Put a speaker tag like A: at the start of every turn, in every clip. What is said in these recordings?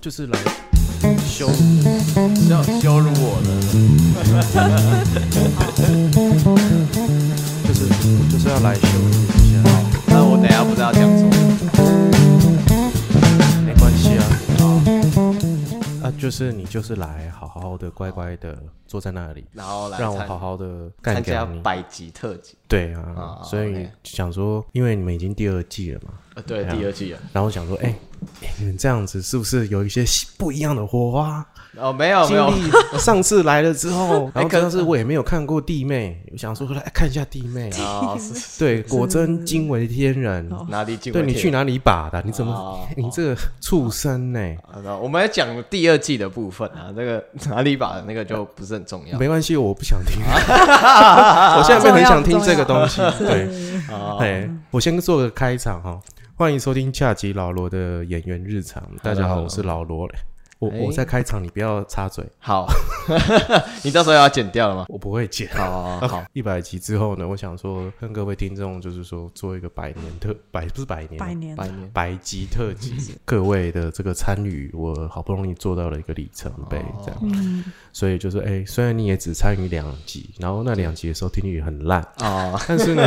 A: 就是来羞辱，这样羞辱我的，就是就是要来羞辱一下，
B: 那我等一下不知道讲什么。
A: 没关系啊。啊，就是你就是来好好的乖乖的坐在那里，
B: 然后来
A: 让我
B: 参
A: 好好的干
B: 参加
A: 掉你。
B: 百集特辑，
A: 对啊，
B: 啊
A: 所以
B: OK
A: 想说，因为你们已经第二季了嘛，
B: 呃，对，第二季了。
A: 然后想说，哎、哎你们这样子是不是有一些不一样的火花？
B: 哦，没有没
A: 经
B: 有，哎
A: 历上次来了之 后，然后
B: 可
A: 但是我也没有看过弟妹，我想说来哎看一下弟妹啊，
B: 哦，是
A: 对，果真惊为天人。
B: 哪里进？
A: 对你去哪里把的？你怎
B: 哦
A: 么？你这个畜生呢？
B: 啊，那我们要讲第二季的部分啊，那个哪里把那个就不是很重要
A: 没关系，我不想 听。我现在很想听这个东西。对，
B: 啊。
A: 哎，我先做个开场哈。欢迎收听下集老罗的演员日常。大家好，我是老罗。我
B: 哎
A: 我在开场，你不要插嘴，
B: 好，你到时候要剪掉了吗？
A: 我不会剪。
B: 好好好，
A: 一百集之后呢，我想说跟各位听众就是说做一个百年特百不是百年啊
C: 百年
B: 拜年。
A: 百集特
B: 嗯
A: 辑，各位的这个参与，我好不容易做到了一个里程碑，
B: 哦
A: 这
C: 嗯
A: 样，所以就是哎、虽然你也只参与两集，然后那两集的收听率很 烂，
B: 哦，
A: 但是呢，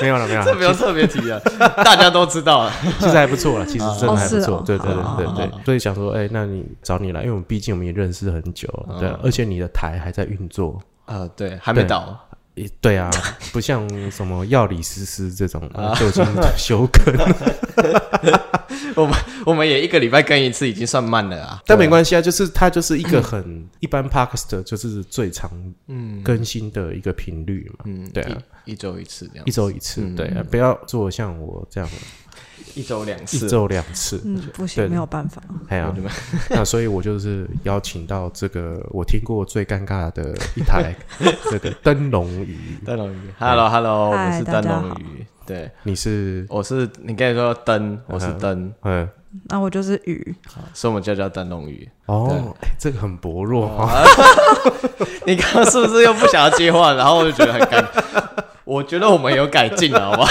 A: 没有了没有
B: 这不
A: 了，
B: 用特别提了，大家都知道了。
A: 其实还不错了，其实真的还不
C: 哦是
A: 错，
C: 哦
A: 对对对对对，所以想说，哎、那你找你来，因为我们毕竟我们也认识很久，对啊，而且你的台还在运作。
B: 呃，对，还没
A: 对
B: 到。
A: 诶对 啊，不像什么药理诗诗这种呃就已 经休更，
B: 我们也一个礼拜更一次，已经算慢了啊。
A: 但没关系啊，就是它就是一个很 嗯一般 p a k s t 就是最长更新的一个频率嘛，
B: 嗯，
A: 对啊，
B: 一一周一次这样
A: 一，周一次，对啊，不要做像我这样
B: 一周两
A: 一
B: 次。
A: 周两次，
C: 嗯，不
A: 对
C: 行，没有办法。
A: 哎呀， 那所以我就是邀请到这个我听过最尴尬的一 台这个灯笼鱼，
B: 灯笼鱼，Hello Hello，
C: 嗨
B: 我是
C: 大
B: 灯
C: 家
B: 笼
C: 好
B: 鱼。对，
A: 你是
B: 我是你刚才说灯，我是灯，
A: 嗯
C: 那我就是雨，
B: 所以我们就叫灯笼鱼。
A: 哦，哎这个很薄弱哈，
B: 你刚刚是不是又不想要接话？然后我就觉得很尴尬。我觉得我们有改进了，好吧？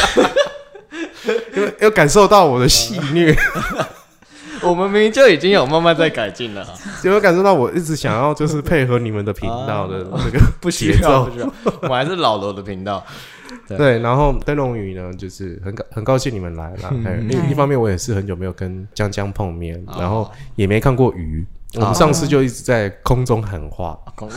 A: 因为有感受到我的戏虐，
B: 我们明明就已经有慢慢在改进了啊，
A: 有没有感受到我一直想要就是配合你们的频道的这个
B: 不需
A: 节
B: 要，
A: 奏
B: 不？需要， 我们还是老罗的频道。
A: 对，然后灯笼鱼呢，就是很高很高兴你们来了。哎
C: 嗯
A: 另、一方面，我也是很久没有跟江江碰面，然后也没看过鱼。我们上次就一直在空中喊话，
B: 公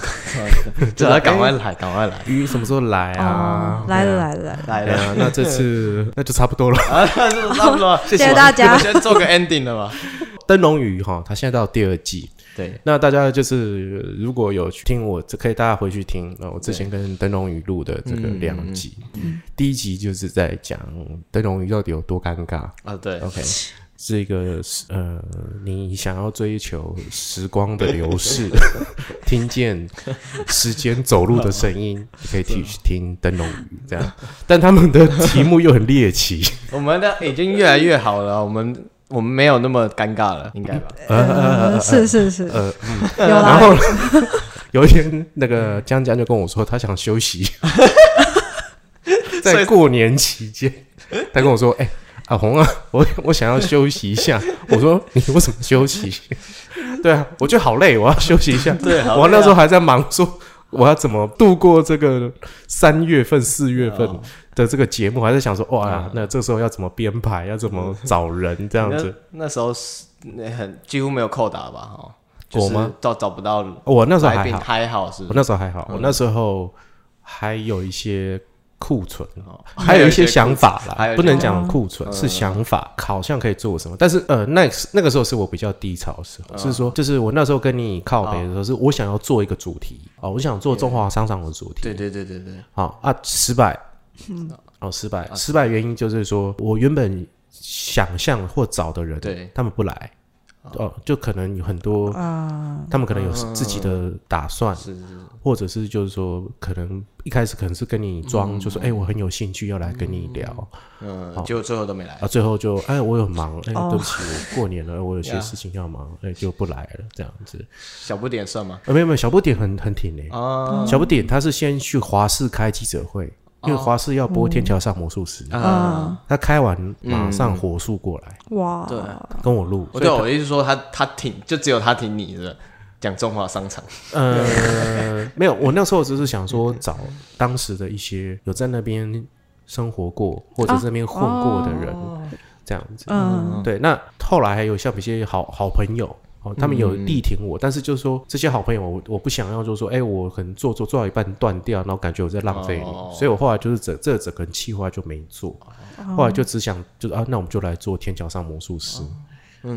B: 就要赶快来，赶快来，
A: 鱼什么时候来啊？
C: 哦，来了
A: 对啊。
B: 来
C: 来了来了，
A: 对
B: 了，
A: 啊，那这次那就差不多了。
B: 啊，是差不多，
C: 谢谢大家
B: 我先做个 ending 了吧？
A: 灯笼鱼哈，它现在到第二季，
B: 对，
A: 那大家就是呃如果有去听我，这可以大家回去听。呃，我之前跟灯笼鱼录的这个两集，第一集就是在讲灯笼鱼到底有多尴尬。
B: 啊对，
A: OK，是一个呃，你想要追求时光的流逝，听见时间走路的声音，你可以去听灯笼鱼这样。但他们的题目又很猎奇，
B: 我们的已经越来越好了，我们我们没有那么尴尬了，应该吧？
C: 呃，是是是，
A: 呃，
C: 有
A: 然
C: 啦，
A: 后呢 有一天，那个江江就跟我说，他想休 息，在过年期间，他跟我说，哎、阿红啊，我我想要休息一下。 我说你为什么休息？ 对啊，我就好累，我要休息一下。
B: 对好累啊
A: 我那时候还在忙说。我要怎么度过这个三月份、四月份
B: 哦
A: 的这个节目？还在想说，哇，那这时候要怎么编排，要怎么找人这样 子？
B: 那那时候是那很几乎没有扣打吧？哈，
A: 我吗？
B: 找找不到
A: 我那时候
B: 来
A: 还
B: 宾，
A: 好，
B: 还好是
A: 我
B: 不是
A: 那时候还好，
B: 嗯
A: 我那时候还有一些库存，
B: 哦
A: 还有一些想法
B: 还有
A: 啦
B: 一，些嗯
A: 不能讲库存，是想法，好像可以做什么。但是呃，那那个时候是我比较低潮的时
B: 嗯
A: 候，是说就是我那时候跟你靠北的
B: 哦
A: 时候，是我想要做一个主题哦，我想做中华商场的主题，
B: 对对对对对，
A: 好啊，失败，哦，失
B: 啊
A: 败，失败原因就是说我原本想象或找的人，
B: 对啊
A: 他们不来。哦，就可能有很多，他们可能有自己的打算，
B: 啊是是是，
A: 或者是就是说，可能一开始可能是跟你装，就说哎、我很有兴趣要来跟你聊，
B: 嗯，结果最后都没来
A: 啊，。最后就哎、我有忙，哎、
C: 哦
A: 对不起，我过年了，我有些事情要忙，哎、就不来了这样子。
B: 小不点算吗？
A: 啊，没有没有，小不点很很挺嘞、
B: 啊，
A: 小不点他是先去华视开记者会，因为华视要播《天桥上魔术师》，
B: 啊，
A: 他开完马上火速过来
C: 哇，
B: 对
A: 跟我录，
B: 我对我的意思是说他他挺就只有他挺你的，讲中 华商场，
A: 呃， 没有，我那时候只是想说找当时的一些有在那边生活过或者
C: 啊
A: 是那边混过的人，这样子。
C: 嗯，
A: 对，那后来还有像一些好好朋友。哦，他们有力挺我，但是就是说这些好朋友我，我不想要，就是说，哎、我可能做做做到一半断掉，然后感觉我在浪费你，
B: 哦
A: 所以我后来就是整这整个计划就没做，后来就只想就是啊，那我们就来做天桥上魔术师、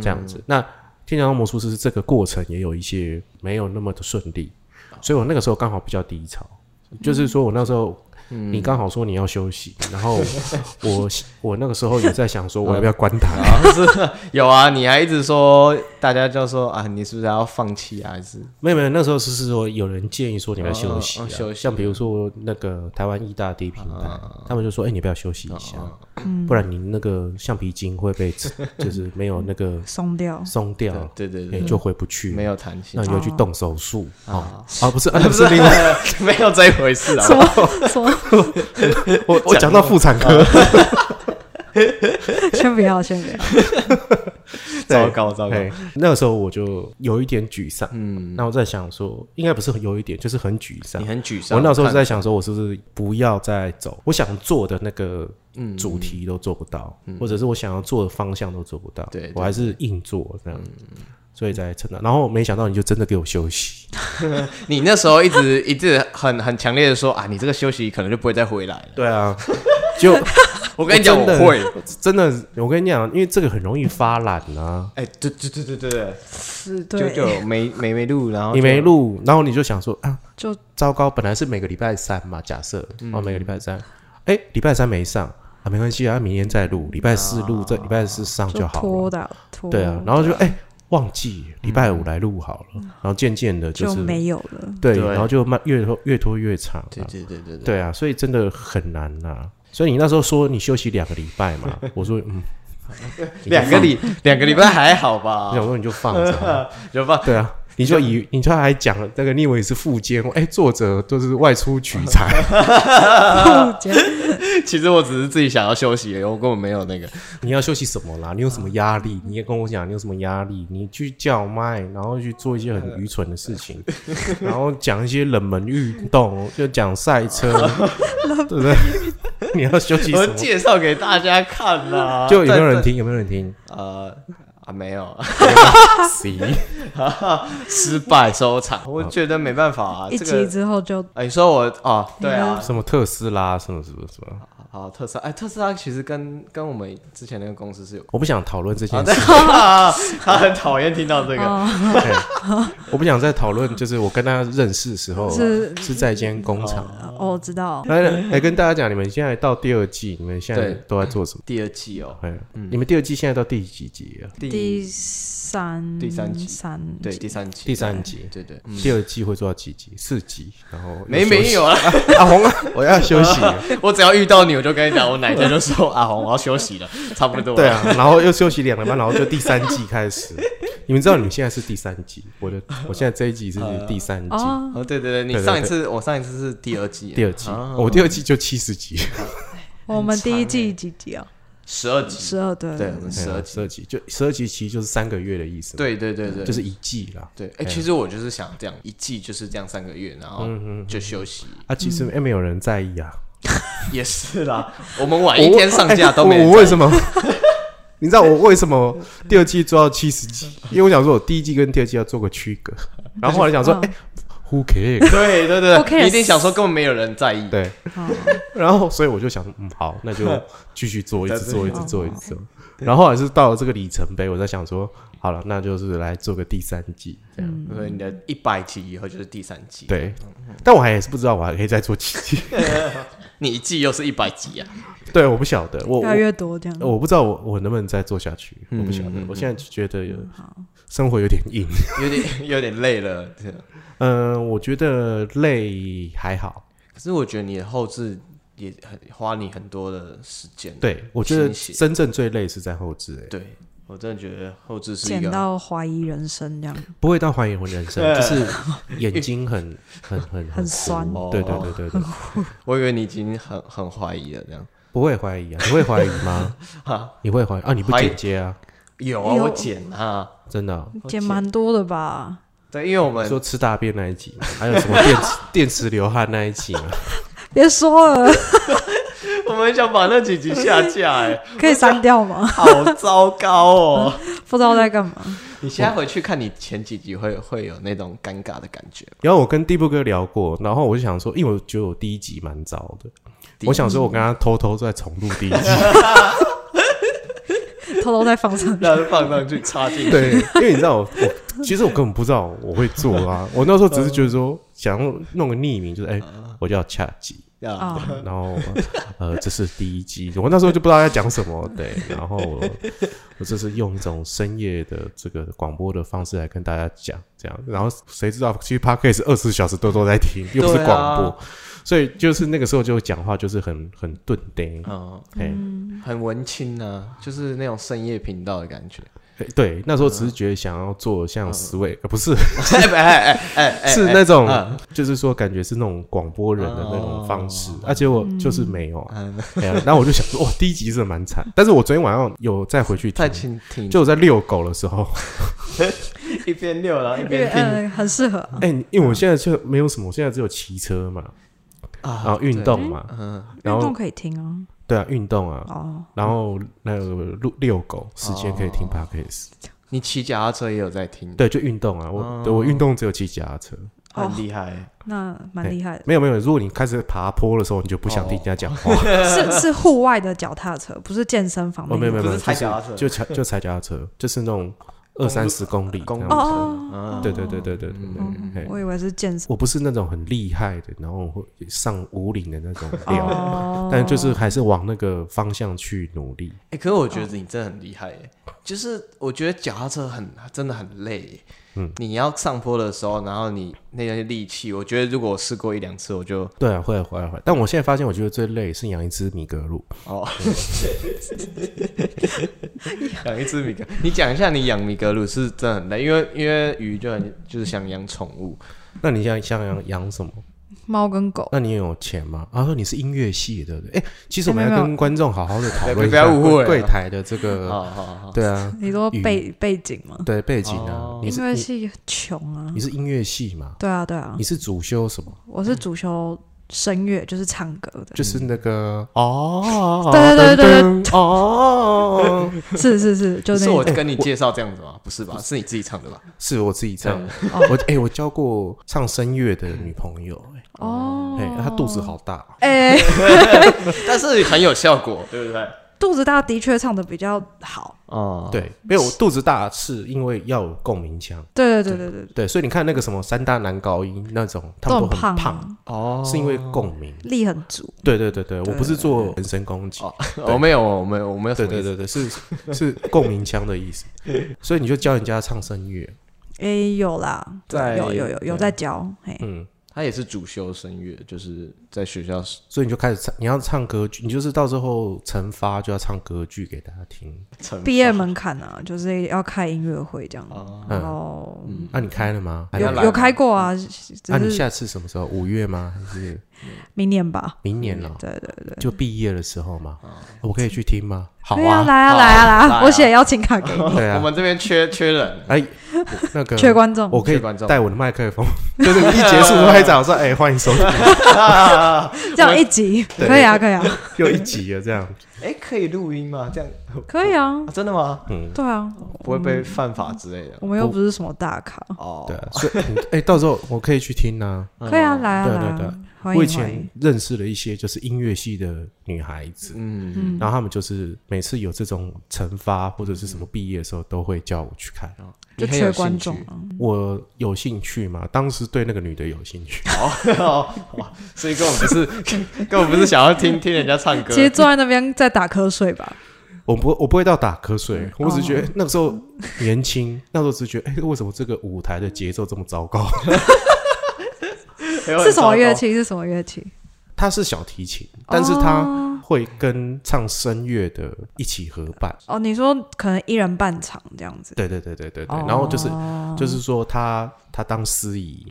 A: 这样子。那天桥上魔术师这个过程也有一些没有那么的顺利，所以我那个时候刚好比较低潮，就是说我那时候。你刚好说你要休息，然后我 我那个时候也在想说，我要不要关台？
B: 然后是有啊，你还一直说大家就说啊，你是不是要放弃啊？还是
A: 没有没有，那时候是是说有人建议说你要休息、啊
B: 哦哦休息啊
A: 像比如说那个台湾义大第一平台，他们就说：“哎、你不要休息一
B: 哦
A: 下，不然你那个橡皮筋会被就是没有那个
C: 松 掉，
A: 松掉，
B: 对对
A: 哎、
B: 对，
A: 就回不去。
B: 没有弹性
A: 那，你就去动手术哦啊，不是啊，那
B: 不
A: 不
B: 是
A: 是 另外，
B: 没有这一回事啊
C: 什。么什么？
A: 我我讲到妇产
B: 哦
A: 科，
C: 先不要，先不要。
A: 对
B: 糟糕糟糕，
A: 哎那个时候我就有一点沮丧。
B: 哦嗯，
A: 那我在想说，应该不是很有一点，就是很沮丧
B: 你。很沮丧。
A: 我那时候
B: 看
A: 在想说，我是不是不要再走我想做的那个主题都做不到，或者是我想要做的方向都做不到，
B: 对对
A: 我还是硬做这样，所以才成长。然后没想到你就真的给我休息，
B: 你那时候一直 一直很很强烈的说啊，你这个休息可能就不会再回来了。
A: 对啊，就
B: 我跟你讲，我
A: 真的
B: 会。
A: 真的，我跟你讲，因为这个很容易发懒啊，
B: 哎，对对对对对对，
C: 是，
B: 久
C: 对，
B: 久没没没录，然后
A: 你
B: 哦就
A: 没录，然后你就想说啊，
C: 就
A: 糟糕，本来是每个礼拜三嘛，假设哦，每个礼拜三，哎，礼拜三没上啊，没关系啊，明天再录，礼拜四录，这礼拜四上
C: 就
A: 好了
C: 拖。的拖，
A: 对啊，然后就哎、忘记礼拜五来录好了，然后渐渐的
C: 就是没有 了。
A: 对，
B: 对
A: 然后就慢越拖越拖越长、
B: 对
A: 啊，
B: 对对对对，
A: 对啊，所以真的很难呐、所以你那时候说你休息两个礼拜嘛，我说嗯，
B: 两个礼两个礼拜还好
A: 我
B: 吧？
A: 想说你就放着啊、
B: 有吧？
A: 对啊。你就以你就还讲那个，你以为是副监？哎、作者都是外出取材，
B: 啊
C: 结
B: 其实我只是自己想要休息而已，我根本没有那个。
A: 你要休息什么啦？你有什么压力？你也跟我讲你有什么压力？你去叫卖，然后去做一些很愚蠢的事情，然后讲一些冷门运动，就讲赛车，对不对？ 你要休息
B: 我
A: 什么？
B: 介绍给大家看啦、
A: 就有没有人
B: 但？
A: 听？有没有人听？
B: 但呃啊，没有，啊
A: 行，
B: 失败收场。我觉得没办法啊，
C: 一
B: 这
C: 集
B: 个。
C: 之后就
B: 哎，你说我哦，对啊，
A: 什么特斯拉，什么什么什么？
B: 好特斯拉，哎，特斯拉其实跟跟我们之前那个公司是有，
A: 我不想讨论这
B: 啊
A: 件
B: 对
A: 事，
B: 啊，他很讨厌听到这个，
C: 哦，
A: 我不想再讨论，就是我跟他认识的时候
C: 是
A: 是在一间工厂。
C: 哦我知道，
A: 来来跟大家讲，你们现在到第二季，你们现在
B: 对
A: 都在做什么？
B: 第二季哦，
A: 哎，你们第二季现在到第几集啊？
B: 第
C: 第三
B: 第三集
C: 三
B: 对第三季，
A: 第三集。
B: 对对，嗯
A: 第二季会做到几集？四集，然后
B: 没
A: 又休息
B: 没有啊，
A: 啊，红 啊，我要休息。
B: 我只要遇到你，我就跟你讲，我哪一天就说阿红，我要 休息了，差不 多。
A: 对，啊，然后又休息两个半，然后就第三季开始。 你们知道你们现在是第三季，我 的我现在这一季是第三季，
C: 哦，
B: 哦，对对
A: 对
B: 对，你
A: 对
B: 上一次我上一次是第二季，
A: 第二季，哦
B: 啊
A: 我第二季就七十集，
C: 我们第一
B: 欸
C: 季几集啊？
B: 十二集，
C: 十二对
B: 对，我们十二集，
A: 啊 十二集，就十二集其实就是三个月的意思，，
B: 对对对对，
A: 就是一啊季啦。
B: 对，哎，其实我就是想这样一季就是这样三个月，然
A: 嗯
B: 后就休息，
A: 啊，其实哎没有人在意啊，
B: 也是啦。我们晚一天上架
A: 哎
B: 都没
A: 我
B: 人
A: 我为
B: 在
A: 什么？ 你知道我为什么第二季做到七十集？因为我想说，我第一季跟第二季要做个区隔，然后后来想说，哎，Who cares？
B: 对对对
C: OK
B: 你一定想说根本没有人在意。
A: 对，啊然后所以我就想说，嗯，好，那就继续做，一直做，一直做，一直做。然后还是到了这个里程碑，我在想说，好了，那就是来做个第三季这样。
C: 嗯
B: 所以你的一百集以后就是第三季，，
A: 对，但我还也是不知道我还可以再做几季，
B: 你一季又是一百集啊，
A: 对，我不晓得，我
C: 越来
A: 我
C: 越多这样。
A: 我不知道我我能不能再做下去，我不晓
B: 嗯
A: 得。我现在觉得有生活有点硬，
B: 有点有点累了。对
A: 嗯，我觉得累还好，
B: 可是我觉得你的后置也很花你很多的时间。
A: 对我觉得
B: 清醒
A: 真正最累是在后置，哎，
B: 对，我真的觉得后置是一
C: 剪
B: 个
C: 到怀疑人生这样，
A: 不会到怀疑我人生，
B: 对
A: 就是眼睛 很很很
C: 很
A: 糊
C: 酸
A: 对对对对对，
B: 我以为你已经很很怀疑了，这样
A: 不会怀疑啊，你会怀疑吗？ 你会怀疑啊？你不
B: 怀疑
A: 剪接啊？
B: 有啊，
C: 有
B: 我剪啊，
A: 真的哦、
B: 我
C: 剪
B: 剪
C: 蛮多的吧？
B: 对，因为我
A: 你
B: 们
A: 说吃大便那一集吗，还有什么电 池电池流汗那一集吗？
C: 别说了，
B: 我们想把那几集下架，哎，
C: 可以删掉吗？
B: 好糟糕 哦！
C: 不知道在干嘛。
B: 你现在回去看你前几集会会有那种尴尬的感觉。
A: 然后我跟地步哥聊过，然后我就想说，因为我觉得我第一集蛮糟的，我想说我跟他偷偷再重录第一集，
C: 偷偷在 放上去。
B: 让它放上去插进去，
A: 对，因为你知道我，我其实我根本不知道我会做 啊，我那时候只是觉得
B: 嗯
A: 说想要弄个匿名，就是哎、我叫恰吉，
B: 啊，
C: 啊，
A: 然后呃， 这是第一集，我那时候就不知道要讲什 么，对，然后我我这是用一种深夜的这个广播的方式来跟大家讲，这样，然后谁知道其实 podcast 二十四小时都都在听，又不是
B: 对啊
A: 广播，所以就是那个时候就讲话就是很很钝呆，
B: 嗯，
A: 哎、
B: 很文青啊，就是那种深夜频道的感觉。
A: 哎对，那时候只
B: 嗯
A: 是觉得想要做像思维，呃不是
B: 哎哎哎哎哎，
A: 是那种
B: 嗯，哦
A: 就是说感觉是那种广播人的那种方式，啊，结果就是没有啊，
B: 嗯，
A: 哎呀然后我就想说，哇，第一集真的蛮惨，但是我昨天晚上有再回去
B: 太
A: 听，
B: 听听，
A: 就我在遛狗的时候，
B: 一边溜 然后一
C: 因为
B: 边听
C: 呃，很适合
B: 嗯
C: 啊。
A: 哎，因为我现在就没有什么，我现在只有骑车嘛，然
B: 啊嗯
A: 后运，动嘛，
B: 对嗯，
A: 然
C: 运动
A: 后
C: 可以听啊。
A: 对啊，运动啊，
C: 哦，
A: 然后那个遛遛狗时间可以
B: 哦
A: 听 podcast，
B: 你骑脚踏车也有在听，，
A: 对，就运动啊，
B: 哦
A: 我对我运动只有骑脚踏车，
B: 很厉害。
C: 那蛮厉害的。
A: 没有没有，如果你开始爬坡的时候，你就不
B: 哦
A: 想听人家讲话，
C: 是是户外的脚踏车，不是健身房
A: 哎哦，
C: 那
A: 没有没
C: 种。
A: 有没
B: 不
A: 有，就
B: 是踩
A: 是
B: 脚踏车
A: 就踩就踩脚踏车，就是那种二三十公里
B: 公
A: 这
B: 路
A: 样
C: 哦
B: 车，嗯，
A: 对对对对对对
C: 嗯
A: 对。嘿
C: 我以为是健身。
A: 我不是那种很厉害的，然后会上五岭的那 种料，
C: 哦，
A: 但就是还是往那个方向去努力。
B: 哎，可是我觉得你真的很厉害耶，就是我觉得脚踏车很真的很累耶。嗯，你要上坡的时候，然后你那些力气，我觉得如果我试过一两次，我就
A: 对啊，会啊会啊会啊。但我现在发现，我觉得最累是养一只米格鲁。
B: 哦，养一只米格，你讲一下你养米格鲁是真的很累，因为因为鱼就很就是想养宠物，
A: 那你想想养养什么？
C: 猫跟狗，
A: 那你有钱吗？啊，你是音乐系的，对不对？哎，其实我们
C: 哎没
A: 要
C: 有
A: 跟观众好好的讨论一
B: 不要
A: 下
B: 不要误会
A: 柜柜
B: 啊
A: 台的这个，
C: 哦
B: 好好好，
A: 对啊，
C: 你说背背景吗？
A: 对背景啊
B: 哦。
A: 你
C: 因
A: 是
C: 为
A: 你
C: 是穷啊
A: 你。是音乐系嘛？
C: 对啊，对啊
A: 你，是主修什么？
C: 我是主修声乐，就是唱歌 的。
A: 就是那个哦，
C: 对对对对
A: 噔噔哦，
C: 是是是，就那
B: 是
C: 种
B: 哎我跟你介绍这样子吗？不是吧？是你自己唱的吧？
A: 是我自己唱的。
C: 哦
A: 我哎、我交过唱声乐的女朋友、哎
C: 哦
A: 哎、，她肚子好大，
C: 哎，
B: 但是很有效果， 对不对？
C: 肚子大的确唱的比较好。
B: 哦，
A: 对，没有，我肚子大是因为要有共鸣腔，
C: 对对对对对，
A: 对，所以你看那个什么三大男高音那种，他
C: 都
A: 们都
C: 很
A: 很
C: 胖
A: 胖，
C: 啊，
B: 哦
A: 是因为共鸣。
C: 力很足。
A: 对对对对，我不是做人身攻击，
B: 哦，我没有，我没有，我没有
A: 对
B: 什么
A: 对
B: 意思。
A: 对对，是是共鸣腔的意思，所以你就教人家唱声乐，
C: 诶，有啦，
B: 在
C: 有有有
B: 对
C: 有在教，嘿，
A: 嗯，
B: 他也是主修声乐，就是在学校
A: 所以你就开始唱，你要唱歌剧，你就是到时候惩罚就要唱歌剧给大家听，
B: 成
C: 毕业门槛啊，就是要开音乐会这样，然
A: 嗯，
C: 后
A: 那、你开了吗？还
B: 要
A: 是
B: 来吗
C: 有有开过啊，只
A: 那、你
C: 是
A: 下次什么时候？五月吗？还是
C: 明年吧，
A: 明年哦了？
C: 对对对，
A: 就毕业的时候嘛，
B: 嗯
A: 我可以去听吗？好
C: 可以啊，
A: 啊，
C: 来啊
B: 好啊
C: 来啊来
B: 来
C: 啊，
B: 啊
C: 我写邀请卡给你，
A: 对
B: 我
A: 啊，
B: 们这边缺缺人，
A: 哎，那个
C: 缺观众，
A: 我可以
B: 缺观众
A: 带我的麦克风，就是一结束拍 掌说，哎，欢迎收听，
B: 啊
C: 这样一集
A: 对
C: 可以啊可以啊
A: 又一集了这样，
B: 哎，可以录音吗？这样
C: 可以啊
B: 啊，真的吗？嗯
A: 嗯，
C: 对啊，
B: 不会被犯法之类的
C: 我们又不是什么大咖，
B: 哦。
A: 对啊，所以嗯哎，到时候我可以去听啊。
B: 嗯
C: 可以啊，来啊
A: 对
C: 来
A: 对对
C: 啊，欢
A: 我以
C: 迎欢迎
A: 前，认识了一些就是音乐系的女孩子，
B: 嗯，
C: 嗯，
A: 然后她们就是每次有这种惩罚或者是什么毕业的时候，都会叫我去看。
C: 就
B: 你很有
C: 缺观
B: 兴
C: 众
B: 趣
C: 啊，
A: 我有兴趣吗？当时对那个女的有兴趣，
B: 哦，哦所以根本不是， 根本不是想要听听人家唱歌
C: 其。实坐在那边在打瞌睡吧，
A: 我不我不会到打瞌
B: 嗯
A: 睡，我只是
B: 哦
A: 觉得那个时候年轻， 那时候只是觉得，哎、为什么这个舞台的节奏这么糟 糕？
B: 哎呦哎
C: 是什么乐？器？是什么乐器？
A: 它是小提琴，但是它
C: 哦
A: 会跟唱声乐的一起合办。
C: 哦，你说可能一人半场这样子，
A: 对对对对对对，
C: 哦
A: 然后就是就是说他他当司仪，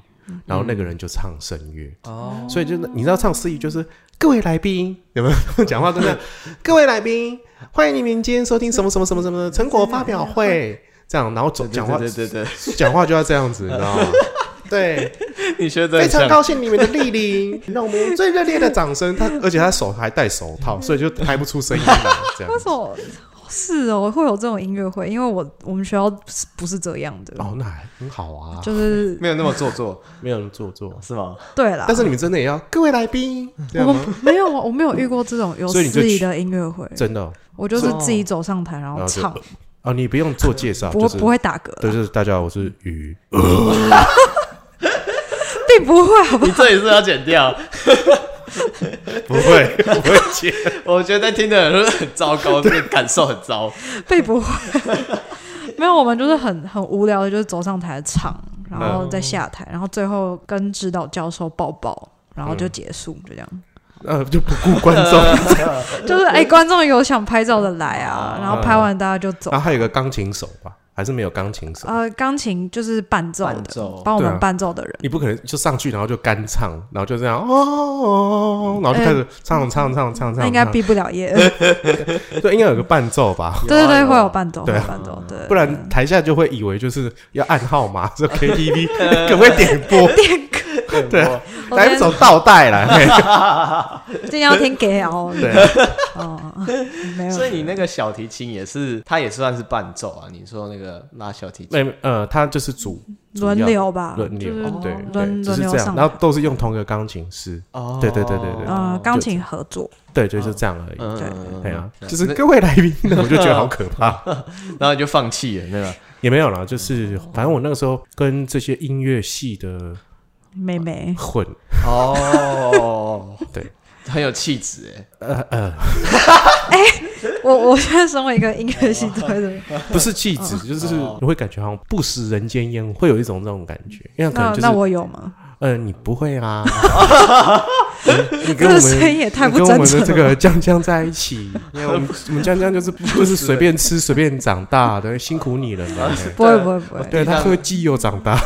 A: 然后那个人就唱声乐，
B: 哦，
A: 所以就是你知道唱司仪就是各位来宾有没有讲话都 是各位来宾，欢迎你们今天收听什么什么什么什么成果发表会这样，然后 总
B: 对
A: 讲话
B: 对对对哦对，
A: 讲话就要这样子，你 知道吗？对，
B: 你学的
A: 非常高兴你们的莅临，让我们最热烈的掌声。他而且他手还戴手
C: 嗯
A: 套，所以就拍不出声音来，这样
C: 为。什么？是哦，会有这种音乐会，因为我我们学校是不是这样的，
A: 哦，那还很好啊，
C: 嗯就是
B: 没有那么做作，
A: 没有人做作。
B: 是吗？
C: 对啦。
A: 但是你们真的也要各位来宾，这样
C: 我
A: 吗？
C: 没有啊，我没有遇过这种有
A: 所以你就
C: 司仪
A: 去
C: 的音乐会，
A: 真的哦
C: 我就是自己走上台然
A: 然
C: 后
A: 后就
C: 唱，
A: 哦，你不用做介绍，
C: 不
A: 就
C: 会
A: 是
C: 不会打嗝
A: 对，
C: 啦，
A: 就是大家好，我是鱼。
C: 并不会啊好不好？
B: 你这里是要剪掉，
A: 不会，不会接。
B: 我觉得在听的人都很糟 糕，这个感受很糟。
C: 并不会， 没有，我们就是很很无聊的，就是走上台唱，然
A: 嗯
C: 后再下台，然后最后跟指导教授抱抱。然后
A: 嗯
C: 就结束，就这样。
A: 呃，就不顾观众。
C: 就是哎、观众有想拍照的来
A: 哦
C: 啊，然后拍完大家就走
A: 然。后还有一个钢琴手吧，还是没有钢琴手？
C: 呃，钢琴就是伴奏
B: 伴奏
C: 的，帮我
A: 对啊
C: 们伴奏的人。
A: 你不可能就上去，然后就干唱，然后就这样哦哦，哦然后就开始唱唱唱唱唱。
C: 那应该
A: 唱
C: 毕不了业。
A: 对，应该有个伴奏吧，
C: 对对对，会有
B: 吧？
C: 伴奏，会
A: 对
C: 有
A: 啊啊
C: 伴奏。对，
A: 不然台下就会以为就是要按号码，这 KTV 可不可以点播？
B: 对，
C: 我
A: 来
C: 今
A: 一
C: 天
A: 首倒带来。嘿
C: 今天要听给哦。
A: 对，
C: 哦，没有
B: 所。以你那个小提琴也是，它也算是伴奏啊。你说那个拉小提琴，
A: 没呃，他就是主
C: 轮流吧，
A: 轮流
C: 啊
A: 哦
C: 就是，
A: 对对，
C: 轮
A: 就是
C: 轮
A: 这
C: 流
A: 样，
C: 上
A: 然
C: 台
A: 后。都是用同一个钢琴师，
B: 哦
A: 对对对对对
C: 嗯，钢琴啊合作，
A: 对，就是这样而已。
B: 嗯
C: 对
B: 嗯
A: 对啊，
B: 嗯
A: 就是各位来宾， 我就觉得好可怕。
B: 然后你就放弃了那个。
A: 也没有啦，就是反正我那个时候跟这些音乐系的嗯
C: 妹妹。
A: 混，
B: 哦，
A: 对，
B: 很有气质 哎。
A: 呃呃，
C: 我我现在身为一个音乐
A: 哦
C: 系推 的人，
A: 不是气
C: 嗯
A: 质，就是你会感觉好像不食人间烟火，会有一种这种感觉，因为可能
C: 那
A: 就是
C: 那我有吗？
A: 呃，你不会 啊？你你
C: 这
A: 跟我们
C: 个声音也太
A: 你
C: 不
A: 跟我
C: 真
A: 们
C: 诚
A: 的这
C: 了。
A: 个江江在一起，因为我们我们江江就是就是随便吃随便长大的，辛苦你了 呢。
C: 不会不会不会，
A: 对啊他喝鸡又长大，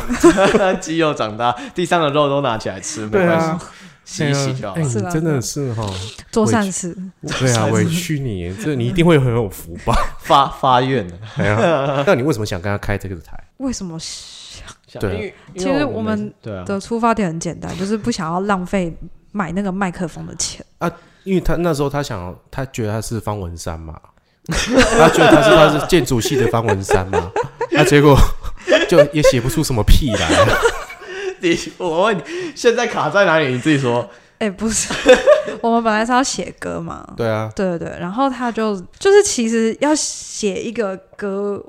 B: 鸡肉长大，地上的肉都拿起来吃，没
A: 对
B: 关系，
A: 啊，
B: 洗一洗就好
A: 哎。你
C: 是啊
A: 真的是哈，
C: 做善事。
A: 对啊，委屈你，这你一定会很有福报。
B: 发发愿了。
A: 哎呀，那你为什么想跟他开这个台？
C: 为什么
A: 对
B: 因为
C: 其实
B: 因为
C: 我们
B: 对啊，
C: 的出发点很简单，就是不想要浪费买那个麦克风的钱。
A: 因为他那时候他想，他觉得他是方文山嘛，他觉得他是他是建筑系的方文山嘛，那、结果就也写不出什么屁来。
B: 你我问你，现在卡在哪里？你自己说。
C: 哎，不 是，我们本来是要写歌嘛，
A: 对啊，
C: 对对对，然后他就就是其实要写一个歌，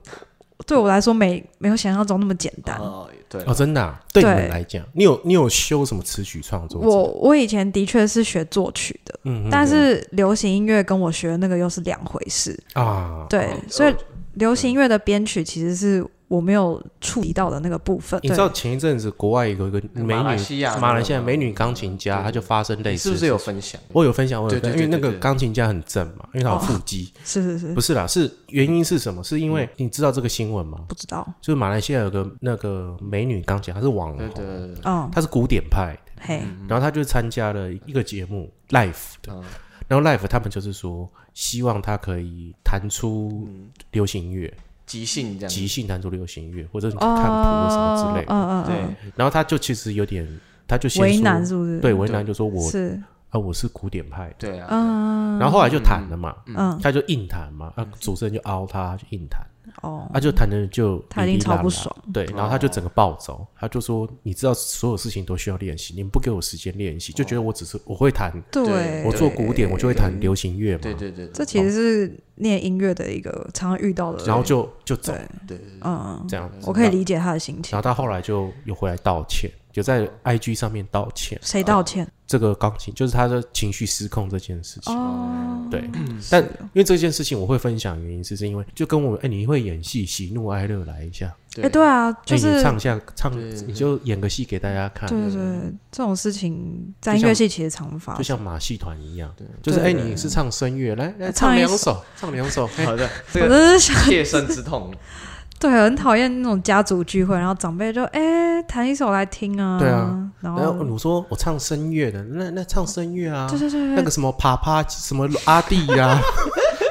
C: 对我来说没没有想象中那么简单。
B: 哦，对，
A: 哦，真的、啊，对你
C: 对
A: 们来讲，你有你有修什么词曲创作？
C: 我，我以前的确是学作曲的，
A: 嗯嗯
C: 但是流行音乐跟我学的那个又是两回事。
A: 啊，
C: 对，所以流行音乐的编曲其实是我没有触及到的那个部分。
A: 你
C: 对
A: 知，道前一阵子国外有一个美女，
B: 马来西亚的
A: 马来西亚
B: 那个
A: 美女钢琴家，她就发生类
B: 你
A: 似，
B: 是不是有？分享？
A: 我有分享，我有
B: 对
A: 分
B: 对
A: 享，因为那
B: 对对哦
A: 个
B: 对
A: 钢琴家很正嘛，因为她有腹肌。
C: 是是是，
A: 不是啦，是原因是什么？是
B: 嗯
A: 因为你知道这个新闻吗？
C: 不知道。
A: 就是马来西亚有个那个美女钢琴，她是网
B: 对
A: 红，
B: 对对对，
C: 嗯，
A: 她是古典派的，
C: 嘿，
A: 然后她就参加了一个节目 Life 的，
B: 嗯
A: 然后 Life 他们就是说希望她可以弹出
B: 嗯
A: 流行音乐，
B: 即兴这样。
A: 即兴弹出流行音乐，或者是嗯看谱什么
C: 哦
A: 之类，的。
C: 嗯嗯
B: 对，
A: 然后她就其实有点，她就先
C: 嗯，
A: 说
C: 为难是不是？
A: 对为难，就说我
C: 是，
A: 啊我是古典派的，
B: 对啊，
C: 嗯
A: 然后后来就弹了嘛，
C: 嗯，
A: 她就硬弹嘛，啊主持人就凹她就硬弹，啊
C: 哦，
A: 她就弹的就
C: 他已
A: 哩
C: 经
A: 哩啦
C: 超不
A: 啦
C: 爽。哦
A: 对，然后他就整个暴走，他就说：“你知道所有事情都需要练习，你们不给我时间练习，就觉得我只是我会弹，
C: 哦对，
A: 我做古典，我就会弹流行乐嘛。
B: 对对对，
C: 这其实是念音乐的一个常遇到的，
A: 然后就就走
C: 对
B: 对
C: 嗯，
A: 这样子。
C: 我可以理解他的心情
A: 然后。他后来就又回来道歉，有在 IG 上面道歉，
C: 谁道歉？
A: 这个钢琴就是他的情绪失控这件事情。
C: 哦，
A: 对，
C: 是
A: 但
C: 哦，
A: 因为这件事情我会分享，原因是是因为就跟我们哎、你会演戏，喜怒哀乐来一下，
C: 哎，对啊，就
A: 哎你
C: 是
A: 唱一啊下唱
B: 对，
A: 你就演个戏给大家看，
C: 对对对，这种事情在
A: 就
C: 音
A: 像
C: 乐系其实常发
A: 就
C: 生。
A: 像马戏团一样
B: 对，
A: 就是哎、
C: 对对
A: 你是唱声乐，来来
C: 唱
A: 唱
C: 一
A: 两
C: 首哦
A: 首，唱两 首，哎
B: 好的，
C: 我
B: 这个
C: 真是想，
B: 切身之痛，
C: 对，很讨厌那种家族聚会，然后长辈就哎弹一首来听啊，
A: 对啊，
C: 然
A: 然后
C: 后
A: 我说我唱声乐的，那那唱声乐啊，
C: 对对对
A: 那个什么啪啪什么阿弟呀、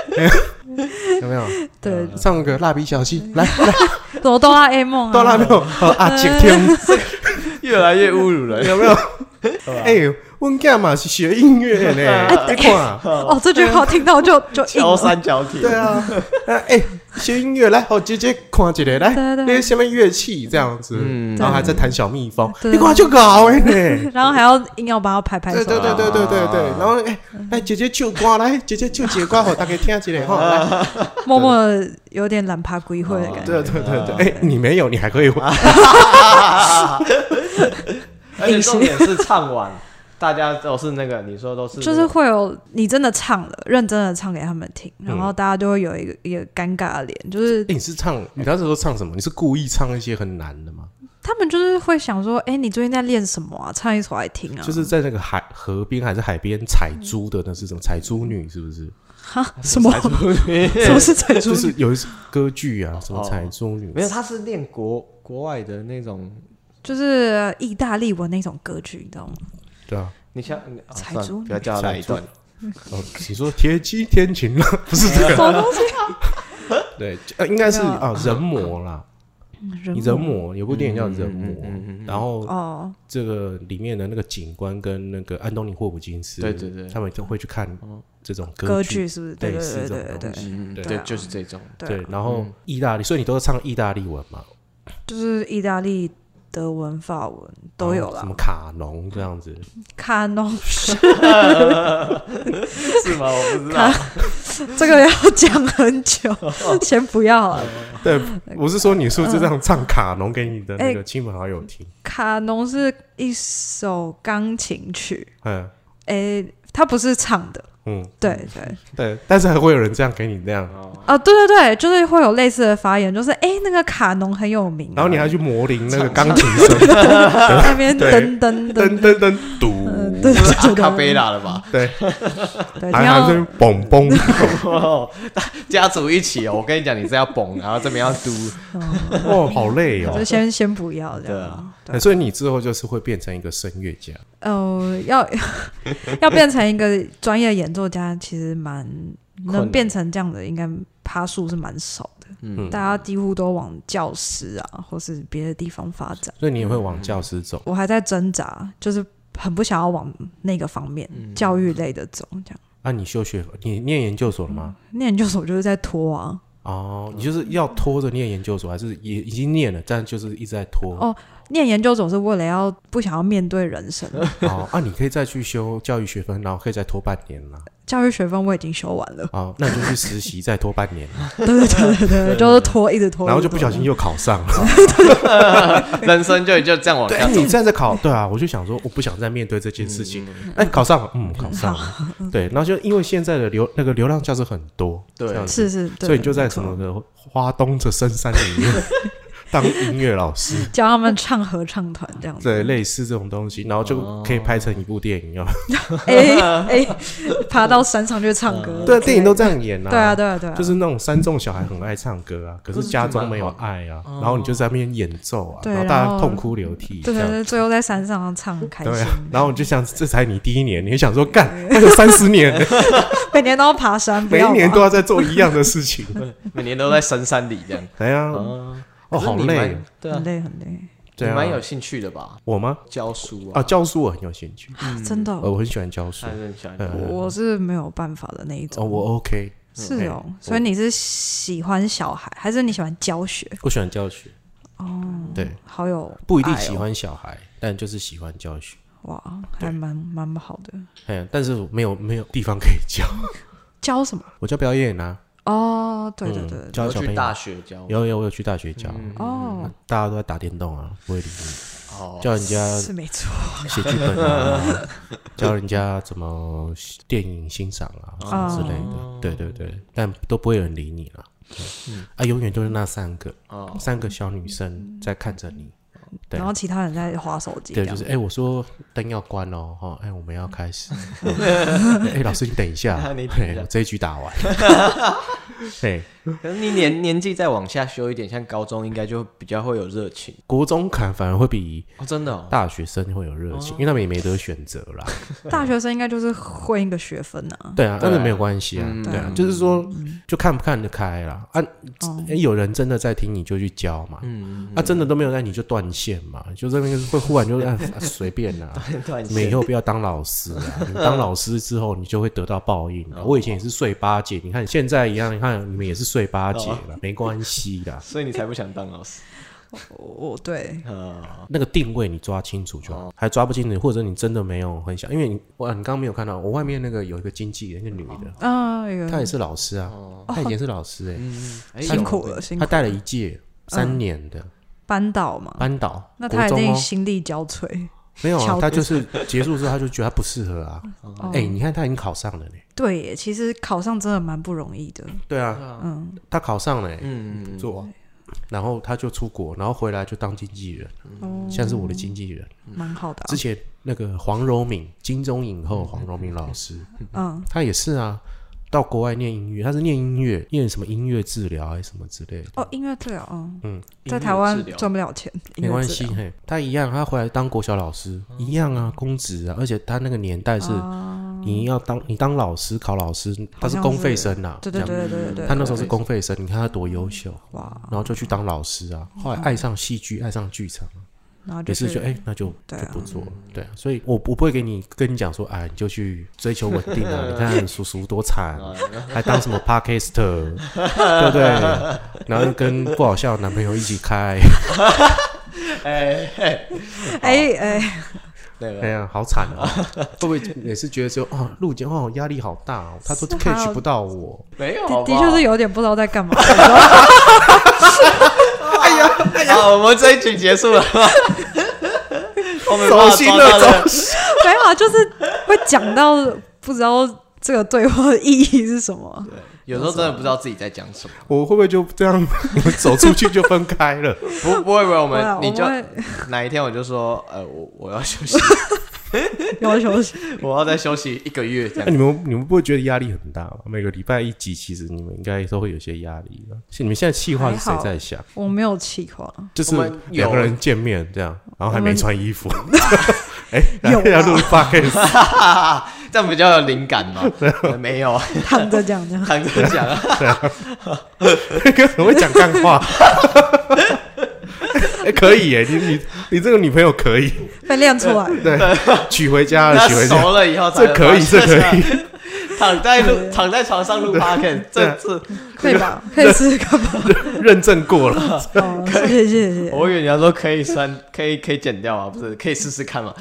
A: 有没有
C: 对
A: 唱个蜡笔小新？来来，
C: 对，我哆啦 A 梦啊，
A: 到那没有？好阿杰天
B: 越来越侮辱人。
A: 有没有？哎，问干嘛是学音乐呢？啊你看，
C: 哦，这句话听到就就硬
B: 敲
C: 了，
B: 三角铁，
A: 对啊，哎，学音乐来，好姐姐看起来来，
C: 对对
A: 那
C: 对
A: 些什么乐器这样子，
B: 嗯
A: 然后还在弹小蜜蜂，
C: 对
A: 你看就搞哎呢。
C: 然后还要硬要把它拍 拍
A: 对
C: 手，啊
A: 对对对对对对，然后哎哎，姐姐唱歌来，姐姐唱节歌，好大家听一下哈。来
C: 默默地有点懒趴归会的感觉。
A: 对对对对，哎，你没有，你还可以
B: 而且重点是唱完，大家都是那个，你说都是那个
C: 就是会有你真的唱了，认真的唱给他们听，然
A: 嗯
C: 后大家就会有一个一个尴尬的脸，就是
A: 欸、你是唱，你当时候唱什么？你是故意唱一些很难的吗？
C: 他们就是会想说，哎、你最近在练什么啊？唱一首来听啊。
A: 就是在那个海河边还是海边采珠的，那是什么采珠女？是不是？
C: 哈什么 什么是 彩
A: 就
C: 珠女？
A: 是有一首歌剧啊，什么
B: 哦
A: 采珠女？
B: 没有，他是练国国外的那种，
C: 就是意大利文那种歌剧，你知道吗？
A: 对啊。
B: 你像你啊
C: 踩
B: 算了
C: 猪
B: 不要叫他来一段，
A: 哦，你说铁骑天晴了， 不是这
C: 什
A: 个？
C: 么东西
A: 对，呃，应该是
C: 没有
A: 啊，人魔啦。
C: 人
A: 你人魔有部电影叫《人魔》
B: 嗯嗯嗯嗯嗯
A: 然后
C: 哦，
A: 这个里面的那个警官跟那个安东尼·霍普金斯，
B: 对对对
A: 他们就会去看这种
C: 歌
A: 剧。
C: 剧是不是？
A: 类
C: 对
A: 似这
C: 对
A: 种
C: 对对
A: 东
C: 对
A: 西
B: 嗯，
A: 对
B: 对，
C: 啊
B: 就是这种，
C: 对
A: 对
C: 对，，
A: 然后
B: 嗯
A: 意大利，所以你都是唱意大利文嘛？
C: 就是意大利、德文、法文都有
A: 然后
C: 啦
A: 哦什么。卡农这样子，
C: 卡农是
B: 是吗？我不知道，
C: 这个要讲 很久，先不要了。
A: 对，我是说你是不是这样唱卡农给你的那个
C: 哎
A: 亲朋好友听？
C: 卡农是一首钢琴曲，
A: 嗯
C: 诶、它不是唱的，
A: 嗯，
C: 对对，
A: 对，但是还会有人这样给你那样，
C: 啊，对对对，就是会有类似的发言，就是诶，那个卡农很有名，
A: 然后你还去磨砺那个钢琴声，
C: 在那边
A: 对
C: 噔
A: 噔
C: 噔 噔，
A: 噔噔，嘟，
C: 嗯对
B: 这是阿
C: 对
B: 卡贝
C: 对，
B: 拉了 吧？
A: 对，
C: 对，
A: 还
C: 听
A: 还是
C: 到
A: 嘣 嘣，
B: 家族一起哦，我跟你讲，你是要蹦，然后这边要嘟，
A: 哦，好累哦
C: 嗯
A: 哎
C: 就。先先不要这
B: 对
C: 样
B: 啊，
C: 对，
A: 所以你之后就是会变成一个声乐家，
C: 呃，要 要变成一个专业演奏家，其实蛮
B: 困难
C: 能变成这样的，应该趴数是蛮少的，
B: 嗯
C: 大家几乎都往教师啊，或是别的地方发展。
A: 所以你也会往教师走。
C: 我还在挣扎，就是很不想要往那个方面、
A: 嗯
C: 教育类的走。这样
A: 啊，你休学，你念研究所了吗？
C: 念研究所就是在拖啊。
A: 哦，你就是要拖着念研究所，还是也已经念了，但就是一直在拖。
C: 哦念研究所是为了要不想要面对人 生，
A: 哦，啊，你可以再去修教育学分，然后可以再拖半年啦。，
C: 教育学分我已经修完了
A: 哦，那你就去实习，再拖半 年，
C: 对对对对对，就是拖一直拖，
A: 然后
C: 一直
A: 就
C: 拖
A: 不小心又考上了。
B: 人生就就这样往
A: 对，
B: 下
A: 哎
B: 走
A: 你，现在考，对啊，我就想说，我不想再面对这件事情。哎，考上了，嗯，考上了，对，然后就因为现在的流那个流浪教师很多，
B: 对
A: 这样子
C: 是是，对
A: 所以你就在
C: 没
A: 什
C: 错
A: 么的花东的深山里 面当音乐老师，
C: 教他们唱合唱团这样子，
A: 对，类似这种东西，然后
C: 哦
A: 就可以拍成一部电影啊。
C: 哎哎，爬到山上去唱歌，
A: 对，电影都这样演啊。
C: 哦对啊对啊对啊，
A: 就是那种山中小孩很爱唱歌啊，可是家中没有爱啊，然后你就在那边演奏啊，
C: 哦对
A: 后大
C: 然
A: 家
C: 后
A: 痛哭流涕，这
C: 对对
A: 样
C: 对，最后在山上唱很开
A: 对
C: 心
A: 啊，，然后我就想，这才你第一年，你就想说干，还有三十年，
C: 每年都要爬山，不
A: 每一
C: 要
A: 年
C: 吧
A: 都要在做一样的事情，
B: 每年都在深山里这样，
A: 哎呀，
B: 哦，
A: 哦，好累，，
B: 对啊
C: 很，累很累
B: 你
A: 对啊，
B: 蛮有兴趣的吧？
A: 我吗？
B: 教书
A: 啊，
B: 啊，
A: 教书我很有兴趣，
C: 啊，真的
A: 呃，我很喜欢教书
B: 他，很喜欢
A: 嗯
B: 我
C: 我是没有办法的那一
A: 哦，
C: 种。
A: 我 OK，
C: 是哦，所以你是喜欢小孩，还是你喜欢教学？
A: 我喜欢教学，哦，对，
C: 好有、
A: 不一定喜。欢小孩，但就是喜欢教学，
C: 哇，还蛮蛮好的。
A: 哎呀，但是没有没有地方可以教，
C: 教什么？
A: 我教表演啊，嗯
C: 哦，对对对对
A: 教
B: 我
A: 小
B: 去
A: 朋
B: 大
A: 友，
B: 学教
A: 有有我有去大学教，
C: 哦，
A: 大家都在打电动啊，不会理你，
B: 哦，
A: 叫人家
C: 是没错
A: 写剧本 啊，教人家怎么电影欣赏啊什
B: 哦
A: 么之类的。对对对，但都不会有人理你了。对啊，永远都是那三个，
B: 嗯哦
A: 三个小女生在看着你。对
C: 然后其他人在划手机这
A: 对，
C: 样，
A: 就是哎，我说灯要关哦，哈，哎，我们要开 始。哎，老师，你等一下，
B: 你等一
A: 对
B: 下
A: 我这一局打 完。对，
B: 可是你年年纪再往下修一点，像高中应该就比较会有热情
A: 国中看反而会比
B: 哦，真的、哦，
A: 大学生会有热
B: 哦
A: 情，因为他们也没得选择啦。
C: 大学生应该就是混一个学分啊，
A: 对啊，
B: 对
A: 那个没有关系啊，
B: 嗯
A: 对啊，就是说就看不看得开啦。啊，
C: 哦
A: 诶有人真的在听你就去教嘛，
B: 嗯，
A: 啊，真的都没有在你就断线嘛，就这边会忽然就啊啊随便啦。
B: 断
A: 你以
B: 线
A: 后不要当老师啊！你当老师之后，你就会得到报应
B: 哦
A: 啊。我以前也是睡八姐，你看现在一样，你看你们也是睡
B: 哦
A: 八姐了，没关系的。
B: 所以你才不想当老师
C: 我我对，
B: 啊？
A: 那个定位你抓清楚就
B: 哦
A: 好，还抓不清楚，或者你真的没有很想，因为你哇，你刚刚没有看到我外面那个有一个经纪人，那个女的，
C: 啊，有
A: 她也是老师啊，
B: 哦，
A: 她以前是老师哎，
B: 嗯，哎
C: 辛苦了，辛苦
A: 他带了一届三年的
C: 班导嘛，
A: 班导，
C: 那
A: 国
C: 他一
A: 中
C: 定
A: 哦，
C: 心力交瘁。
A: 没有啊
C: 巧，
A: 他就是结束之后他就觉得他不适合啊。
C: 哦
A: 哎，你看他已经考上了呢，
C: 对耶，其实考上真的蛮不容易的。
A: 对啊，
C: 嗯，
A: 他考上了，欸
B: 嗯嗯，
A: 做，然后他就出国，然后回来就当经纪人，
C: 哦，
A: 像是我的经纪人。
C: 蛮好的啊、
A: 之前那个黄柔敏，金钟影后黄柔敏老师，
C: 嗯，
A: 他也是啊，到国外念音乐，他是念音乐，念什么音乐治疗还是什么之类的。
C: 哦，音乐治疗，嗯，
A: 嗯，
C: 在
B: 音乐
C: 台湾
B: 治疗
C: 赚不了钱，音
A: 没
C: 乐
A: 关
C: 治
A: 系，
C: 疗哦
A: 嘿，他一样，他回来当国小老师、一样啊，公职啊，而且他那个年代是，你要当你当老师考老师，他
C: 哦好像
A: 是公费生呐、啊，
C: 对对
A: 这样
C: 对对对对对，嗯哦
A: 他那时候是公费生，你看他多优秀，
C: 哇，
A: 然后就去当老师啊，后来爱上戏剧，爱上剧场，
C: 然后
A: 也
C: 就是是
A: 就哎、那就
C: 嗯对
A: 就
C: 啊
A: 不做，对啊，所以我我不会给你跟你讲说，哎，你就去追求稳定 啊，你看叔叔多惨，还当什么 podcaster，对不对？然后跟不好笑的男朋友一起开，
B: 哎哎，
C: 哎哎，
B: 对
A: 哎
B: 吧？
A: 呀，好惨 啊！会不会也是觉得说啊，录节目压力好大、哦，他都
C: 是
A: catch
C: 还
A: 不到我，
B: 没有，
C: 的
B: 好
C: 的
B: 不好
C: 确是有点不知道在干嘛。
A: 哎
B: 好，我们这一局结束了。 我们
A: 走心了
B: 走。
C: 没有啊，就是会讲到不知道这个对话的意义是什么。
B: 有时候真的不知道自己在讲什么。
A: 我会不会就这样走出去就分开 了？
B: 不，不会，不会，我
C: 对
B: 们
C: 啊我
B: 你就
C: 们
B: 哪一天我就说，呃，我我要休息，
C: 会要求是
B: 我要再休息一个月这
A: 那、
B: 样。
A: 哎 你们你们不会觉得压力很大吗？每个礼拜一集，其实你们应该都会有些压力的。是你们现在计划是谁在想？
C: 我没有气啊话，
A: 就是
B: 我们有
A: 两个人见面这样，然后还
C: 我
A: 没
C: 们
A: 穿衣服。 哎，来
C: 有啊
A: 要录 podcast，
B: 这样比较有灵感嘛？呃没有，
C: 躺着讲 这样。
B: 躺着讲 啊，
A: 那个很会讲干话。 哎，可以耶！你你你这个女朋友可以
C: 被练出来，
A: 娶回家了，
B: 那
A: 娶回家
B: 熟，了以后才
A: 这可以，这可以。
B: 躺在路躺在床上录 p o d c a s t 这次
C: 可以吧？可以试试看吧。
A: 认证过了，
C: 哦，谢谢谢谢谢
B: 我以为你要说可以删，可以可以剪掉啊，不是可以试试看嘛？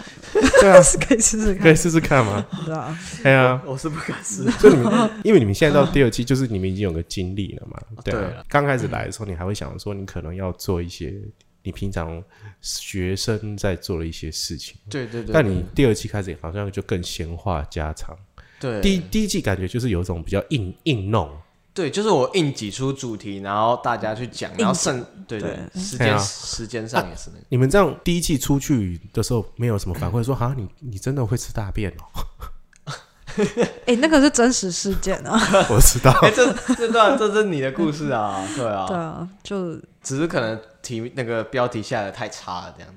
A: 对啊，
C: 谢， 可以试试
A: 可以
C: 看，
A: 试试看 嘛。
C: 对吧？
A: 哎呀，
B: 我是不敢试，
A: 就你们，因为你们现在到第二期，就是你们已经有个经历了嘛。对
B: 对
A: 啊
B: 啊，
A: 刚开始来的时候，你还会想说，你可能要做一些你平常学生在做的一些事情。
B: 对对对，
A: 但你第二季开始好像就更闲话家常，
B: 对
A: 第一第一季感觉就是有一种比较硬硬弄，
B: 对，就是我硬挤出主题，然后大家去讲，然后剩对对，时
A: 对啊
B: 间时间上也是那个，
A: 你们这样第一季出去的时候没有什么反馈，说啊哈你你真的会吃大便哦，
C: 哎，那个是真实事件啊，
A: 我知道，
B: 哎，这这段这是你的故事啊，对
C: 对
B: 啊，
C: 啊，就
B: 只是可能题那个标题下的太差了这样。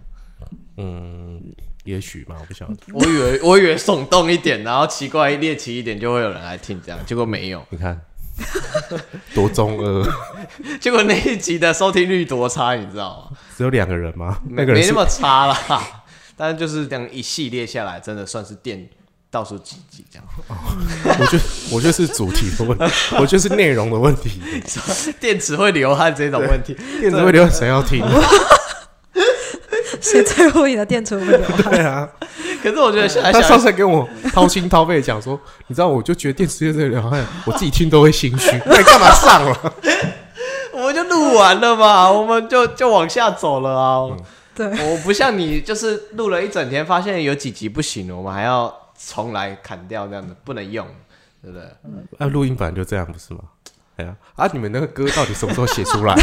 A: 嗯，也许嘛，我不晓得。
B: 我以为我以为耸动一点，然后奇怪猎奇一点就会有人来听这样，结果没有，
A: 你看多中二，
B: 结果那一集的收听率多差，你知道吗？
A: 只有两个人吗？
B: 没
A: 那个人
B: 没
A: 是
B: 那么差啦，但是就是这样一系列下来，真的算是垫倒数几集这样，
A: 我就我就是主题的问题，我就是内容的问题，
B: 电池会流汗这种问题，
A: 电子会流谁要听？
C: 谁在乎你的电池会流汗？
A: 对啊，
B: 可是我觉得想一
A: 他上
B: 想，
A: 次还跟我掏心掏肺地讲说，你知道，我就觉得电池越这流汗，我自己听都会心 虚。那你干嘛上了？
B: 我们就录完了 嘛，我们就就往下走了啊。
C: 对，
B: 我不像你，就是录了一整天，发现有几集不行了，我们还要重来砍掉，这样子不能用，对不对？
A: 啊，录音版就这样不是吗？哎呀，啊，你们那个歌到底什么时候写出来？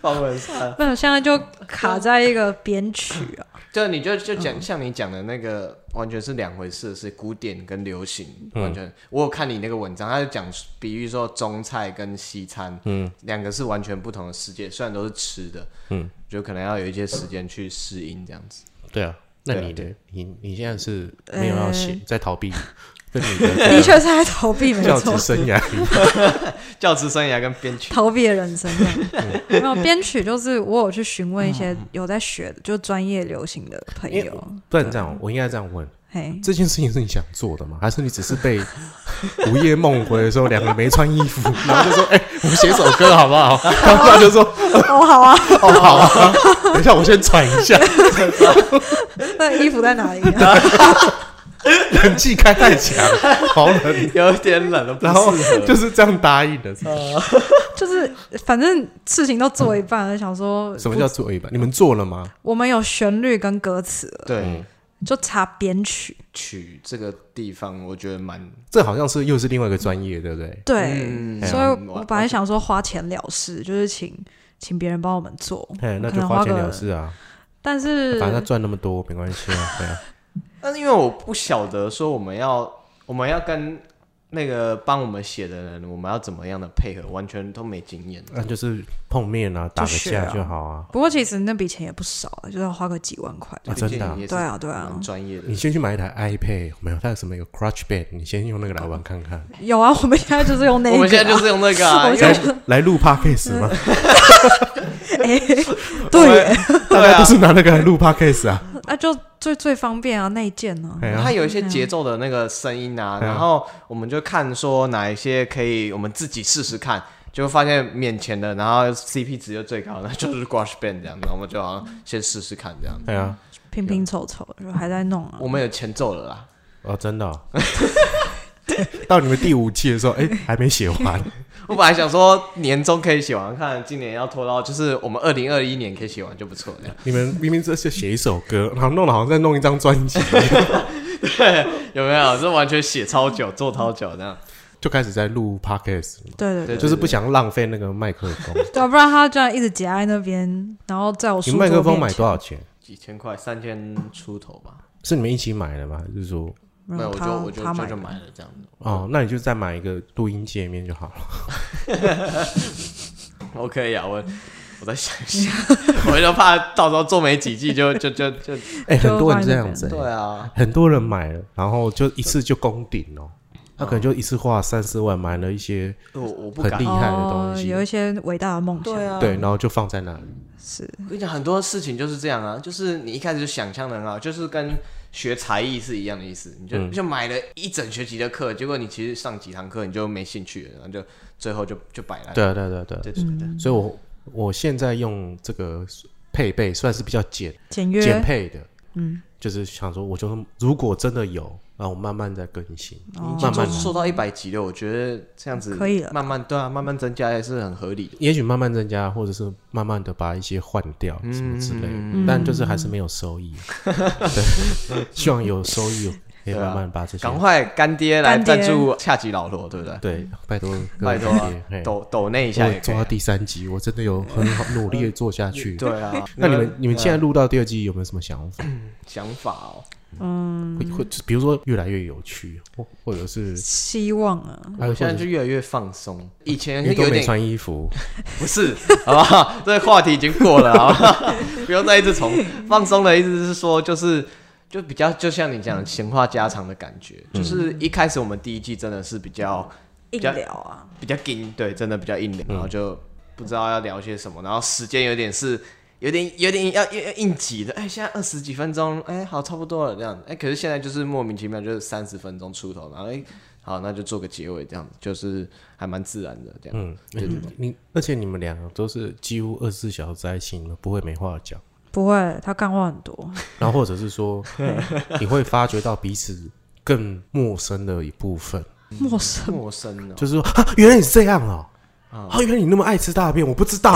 B: 放不 下。
C: 那我现在就卡在一个编曲啊，
B: 就你就就讲像你讲的那个，完全是两回事，是古典跟流行，完全。我有看你那个文章，他就讲比喻说中菜跟西餐，嗯，两个是完全不同的世界，虽然都是吃的，嗯，就可能要有一些时间去适应这样子。
A: 对啊，那
B: 对啊
A: 你的你你现在是没有要写，在逃 避 对你 的
C: 的确是在逃避，没
A: 教
C: 错
A: 职，生涯里。
B: 教职生涯跟编曲，
C: 逃避的人生这样。没有编曲，就是我有去询问一些
A: 嗯
C: 有在学的，就专业流行的朋
A: 因为
C: 友。
A: 不然这样，我应该这样问：
C: 嘿，
A: 这件事情是你想做的吗？还是你只是被 午夜梦回的时候，两个没穿衣服，然后就说：“哎、我们写首歌好不好？”然后他就说
C: 哦，好啊，：“
A: 哦，好啊，等一下我先喘一下，
C: 那衣服在哪里 啊？
A: 冷气开太强，好冷。
B: 有点冷了，”不
A: 然后
B: 适合
A: 就是这样答应的。
C: 就是反正事情都做一半了，想说
A: 什么叫做一半？你们做了吗？
C: 我们有旋律跟歌词了，
B: 对
C: 就查编曲。
B: 曲这个地方，我觉得蛮
A: 这好像是又是另外一个专业，对不对？
C: 对，
B: 嗯
C: 所
A: 哎
C: 以我
B: 完
C: 本来想说花钱了事，就是请请别人帮我们做，
A: 哎，那
C: 可
A: 就
C: 能
A: 花
C: 花
A: 钱
C: 个
A: 了事啊，
C: 但
A: 反
C: 是
A: 正他赚那么多没关系啊。对啊，
B: 但是因为我不晓得说我们要我们要跟那个帮我们写的人，我们要怎么样的配合，完全都没经验。
A: 那就是碰面啊，打个
C: 学
A: 架
C: 啊
A: 就好啊。
C: 不过其实那笔钱也不少，啊就是要花个几万块。
A: 啊真的啊
B: 也是
C: 对啊对啊
B: 蛮专业的
A: 你。先去买一台 iPad，没有？它有什么有 Crutch Band，你先用那个来玩看看。
C: 有啊，我们现在就是用那个啊、
B: 我们现在就是用那个、啊，
C: 我
B: 因
C: 觉
A: 来
B: 为
C: 得
A: 来录 Podcast 吗？
C: 哎、对耶，
A: 大
B: 啊
A: 家都是拿那个来录 Podcast 啊。
C: 那、就最最方便啊，内建呢、
A: 哎呀
B: 它，有一些节奏的那个声音啊，
A: 对啊
B: 然后我们就看说哪一些可以，我们自己试试看，就发现面前的，然后 CP 值就最高，那就是 Guash Band 这样，然后我们就好像先试试看这样。
A: 哎呀，
C: 拼拼凑凑，然后还在弄啊
B: 我。们有前奏了啦，
A: 哦，真的哦。 到你们第五季的时候，哎，还没写完。
B: 我本来想说年终可以写完，看今年要拖到就是我们二零二一年可以写完就不错了。
A: 你们明明这是写一首歌，然后弄得好像在弄一张专辑，
B: 有没有？这完全写超久，做超久这样。
A: 就开始在录 Podcast，
C: 对
B: 对
C: 对对，
A: 就是不想浪费那个麦克风。
C: 对啊，不然他这样一直夹在那边，然后在我
A: 你
C: 书
A: 们麦克
C: 桌
A: 风
C: 面
A: 买
C: 前
A: 多少钱？
B: 几千块，三千出头吧。
A: 是你们一起买的吗？还是说，
B: 没有，我
C: 嗯他
B: 就我就
C: 他
B: 就
C: 买
B: 就
C: 的
B: 买了这样子。
A: 哦，那你就再买一个录音界面就好了。
B: OK 呀，我我再想一下，我就怕到时候做没几季就就就就
A: 哎，很
C: 就
A: 多人
C: 放
A: 这
C: 在那
A: 样
C: 边
A: 子，哎
B: 对啊，
A: 很多人买了，然后就一次就攻顶哦。他可能就一次花三四万买了一些，
B: 我我不
A: 很
B: 敢
A: 厉。害的
C: 哦
A: 东西
C: 有一些伟大的梦想。
B: 对啊，
A: 对，然后就放在那里。
C: 是
B: 我跟你讲，很多事情就是这样啊，就是你一开始就想象的很好，就是跟学才艺是一样的意思。你就、
A: 嗯
B: 就买了一整学期的课，结果你其实上几堂课你就没兴趣了，然后就最后就就摆烂。
A: 对啊，对啊对啊对啊。
B: 对对
C: 嗯
B: 对，
A: 所以我我现在用这个配备算是比较简
C: 简
A: 简
C: 约，
A: 配的，嗯，就是想说，我就如果真的有，然后我慢慢再更新，
B: 嗯
C: 哦
A: 慢慢
B: 做做到一百集了，我觉得这样子
C: 可以了
B: 慢慢对啊，慢慢增加也是很合理的。
A: 也许慢慢增加，或者是慢慢的把一些换掉什么之类的，
C: 嗯
A: 但就是还是没有收 益。对，希望有收益，可以慢慢把这些
B: 啊赶快干爹来
C: 干爹
B: 赞助恰吉老罗，对不对？
A: 对，拜托各位
B: 拜托啊
A: 干爹嘿
B: 抖抖那一下
A: 我
B: 也可
A: 做
B: 以
A: 到
B: 啊。
A: 第三集，我真的有很好努力的做下去。
B: 对啊，
A: 那你们你们现在录到第二季有没有什么想法？
B: 想法哦，
A: 会
B: 嗯
A: 会比如说越来越有趣，或或者是
C: 希望啊，
A: 还有
B: 我现在
A: 或者
B: 就是越来越放松。以前
A: 因为都
B: 有
A: 没
B: 点
A: 穿衣 服，
B: 不是，好不好？这个话题已经过了，好不好？ 不用再一直重放松的意思是说，就是就比较就像你讲的闲话家常的感觉，
A: 嗯
B: 就是一开始我们第一季真的是比较
C: 硬
B: 较
C: 聊啊，
B: 比较硬，对，真的比较硬的，然后就不知道要聊些什么，然后时间有点是。有点有点要要要应急的，哎、现在二十几分钟，哎、好，差不多了这样，哎、可是现在就是莫名其妙就是三十分钟出头，然后哎、好，那就做个结尾这样子，就是还蛮自然的这样，
A: 嗯，你你而且你们两个都是几乎二十四小时在一起，你们不会没话讲。
C: 不会，他干话很多。
A: 然后或者是 说，你会发觉到彼此更陌生的一部分，
C: 陌生，
B: 陌生哦，
A: 就是说，啊，原来你是这样哦，
B: 啊
A: 啊，原来你那么爱吃大便，我不知 道。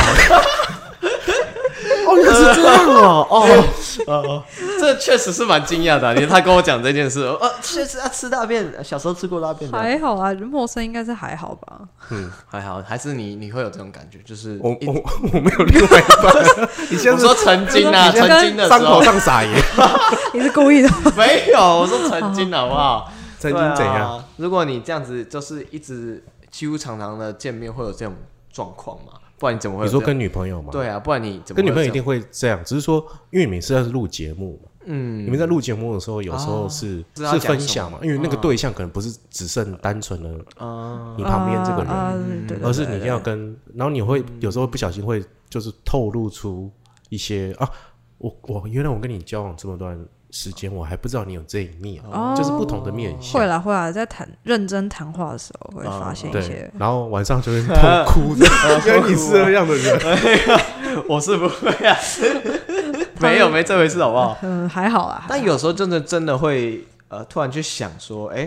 A: 哦，原来是这
B: 呃
A: 样哦，哦，
B: 这确实是蛮惊讶的啊、你他跟我讲这件事，呃、啊，确实他吃大便，小时候吃过大便的，
C: 还好啊，陌生应该是还好吧？
B: 还好，还是你你会有这种感觉，就是
A: 我
B: 一
A: 我我没有另外一半，你现
B: 我
A: 在是
B: 说曾经啊，
C: 你先
B: 曾经的
A: 伤
B: 时
A: 口
B: 候
A: 上撒 盐，
C: 你是故意的？
B: 没有，我说曾经好不好？
A: 曾经怎
B: 对
A: 样？
B: 啊？如果你这样子就是一直几乎常常的见面，会有这种状况嘛？不然你怎么会
A: 你
B: 有这
A: 说
B: 样？
A: 跟女朋友吗？
B: 啊对啊，不然你怎么
A: 跟女朋
B: 会
A: 友
B: 有
A: 一定会这样，只是说，因为你每次要是录节目嘛，你
B: 嗯
A: 们在录节目的时候，有时候是、
B: 知道他
A: 是
B: 讲
A: 分
B: 什
A: 享
B: 么
A: 嘛，因为那个对象可能不是只剩单纯的
B: 啊
A: 你 旁边这个人，嗯
C: 啊啊对对
A: 而
C: 对
A: 是你一定要跟，然后你会有时候不小心会就是透露出一些啊，我我原来我跟你交往这么段时间，我还不知道你有这一面，
C: 哦
A: 就是不同的面相
C: 会。啦会啦，在谈认真谈话的时候会发现一
A: 啊对
C: 些，。
A: 然后晚上就会痛哭的， 原来你是这样的人。
B: 我是不会 啊，没有没这回事好不好？
C: 嗯，还好啦。
B: 但有时候真的真的会呃，突然去想说，哎、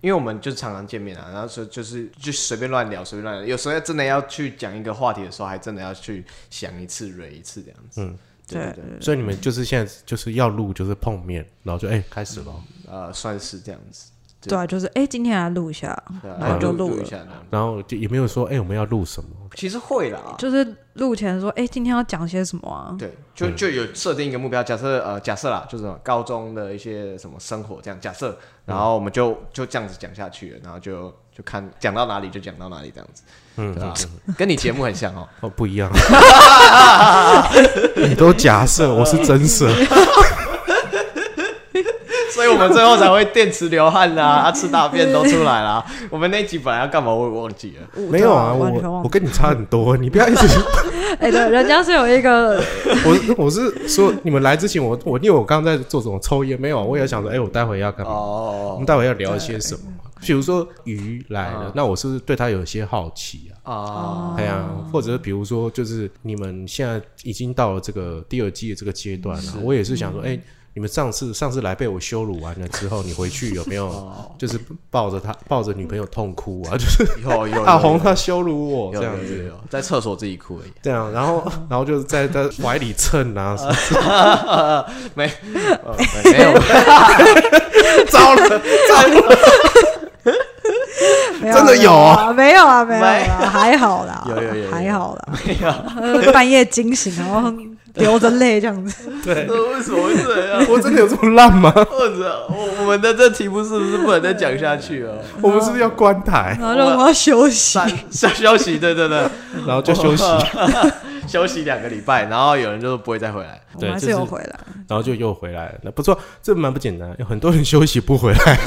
B: 因为我们就常常见面啊，然后说就是就随便乱聊，随便乱聊。有时候真的要去讲一个话题的时候，还真的要去想一次、蕊一次这样子。
A: 嗯，
B: 对对
C: 对
B: 对，
A: 所以你们就是现在就是要录，就是碰面，然后就哎开始了。
B: 呃，算是这样子。对
C: 对啊，就是哎，今天来录一下，
B: 对啊，
C: 然后就
B: 录
C: 录
B: 一
C: 了。
B: 下这样
A: 然后就也没有说，哎、我们要录什么？
B: 其实会啦，
C: 就是录前说，哎、今天要讲些什么啊？
B: 对，就就有设定一个目标，假设呃，假设啦，就是什么高中的一些什么生活这样，假设，然后我们就就这样子讲下去了，然后就就看讲到哪里就讲到哪里这样子，
A: 嗯
B: 对吧？啊跟你节目很像哦，
A: 哦，不一样。你都假设， 我是真设。
B: 所以我们最后才会电池流汗啦、啊，吃大便都出来啦。我们那一集本来要干嘛，我也忘记了。
C: 我
A: 没有啊，
C: 对完全
A: 我
C: 忘
A: 我
C: 记。
A: 跟你差很多，你不要一直。
C: 哎、对，人家是有一个，
A: 我我是说，你们来之前，我我因为我刚刚在做什么抽烟，没有，我也想说，哎、我待会要干嘛？我
B: 哦
A: 们待会要聊一些什么？比如说鱼来了，那我是不是对他有一些好奇啊？
B: 啊，
A: 哎呀，或者是比如说，就是你们现在已经到了这个第二季的这个阶段了、我也是想说，
B: 嗯
A: 哎、你们上次上次来被我羞辱完了之后，你回去有没有就是抱着他抱着女朋友痛哭 啊？就是
B: 有有
A: 大红他羞辱我
B: 有
A: 这样
B: 有有
A: 子，
B: 有，在厕所自己哭而已。
A: 这样，然后然后就是在他怀里蹭啊， 什么
B: 没，
A: 哦
B: 呃没没有，
A: 糟了 糟了，
C: 没有
A: 真的有啊
C: 啊？没有啊，没有
B: 没
C: 啊， 还好啦，
B: 有有有有
C: 还好啦，呃半夜惊醒，然后流着泪这样 子，
A: 对，
B: 为什么会这样？
A: 我真的有这么烂吗？
B: 或者我我们的这题目是不是不能再讲下去了？
A: 我们是不是要关 台，
C: 然后让我要休息
B: 三，小休息，对对对，
A: 然哦后就休息，
B: 哦休息两个礼拜，然后有人就不会再回来。
C: 我
A: 对
C: 们还
A: 就是是
C: 有回来。
A: 然后就又回来了？那不错，这蛮不简单，啊有很多人休息不回来。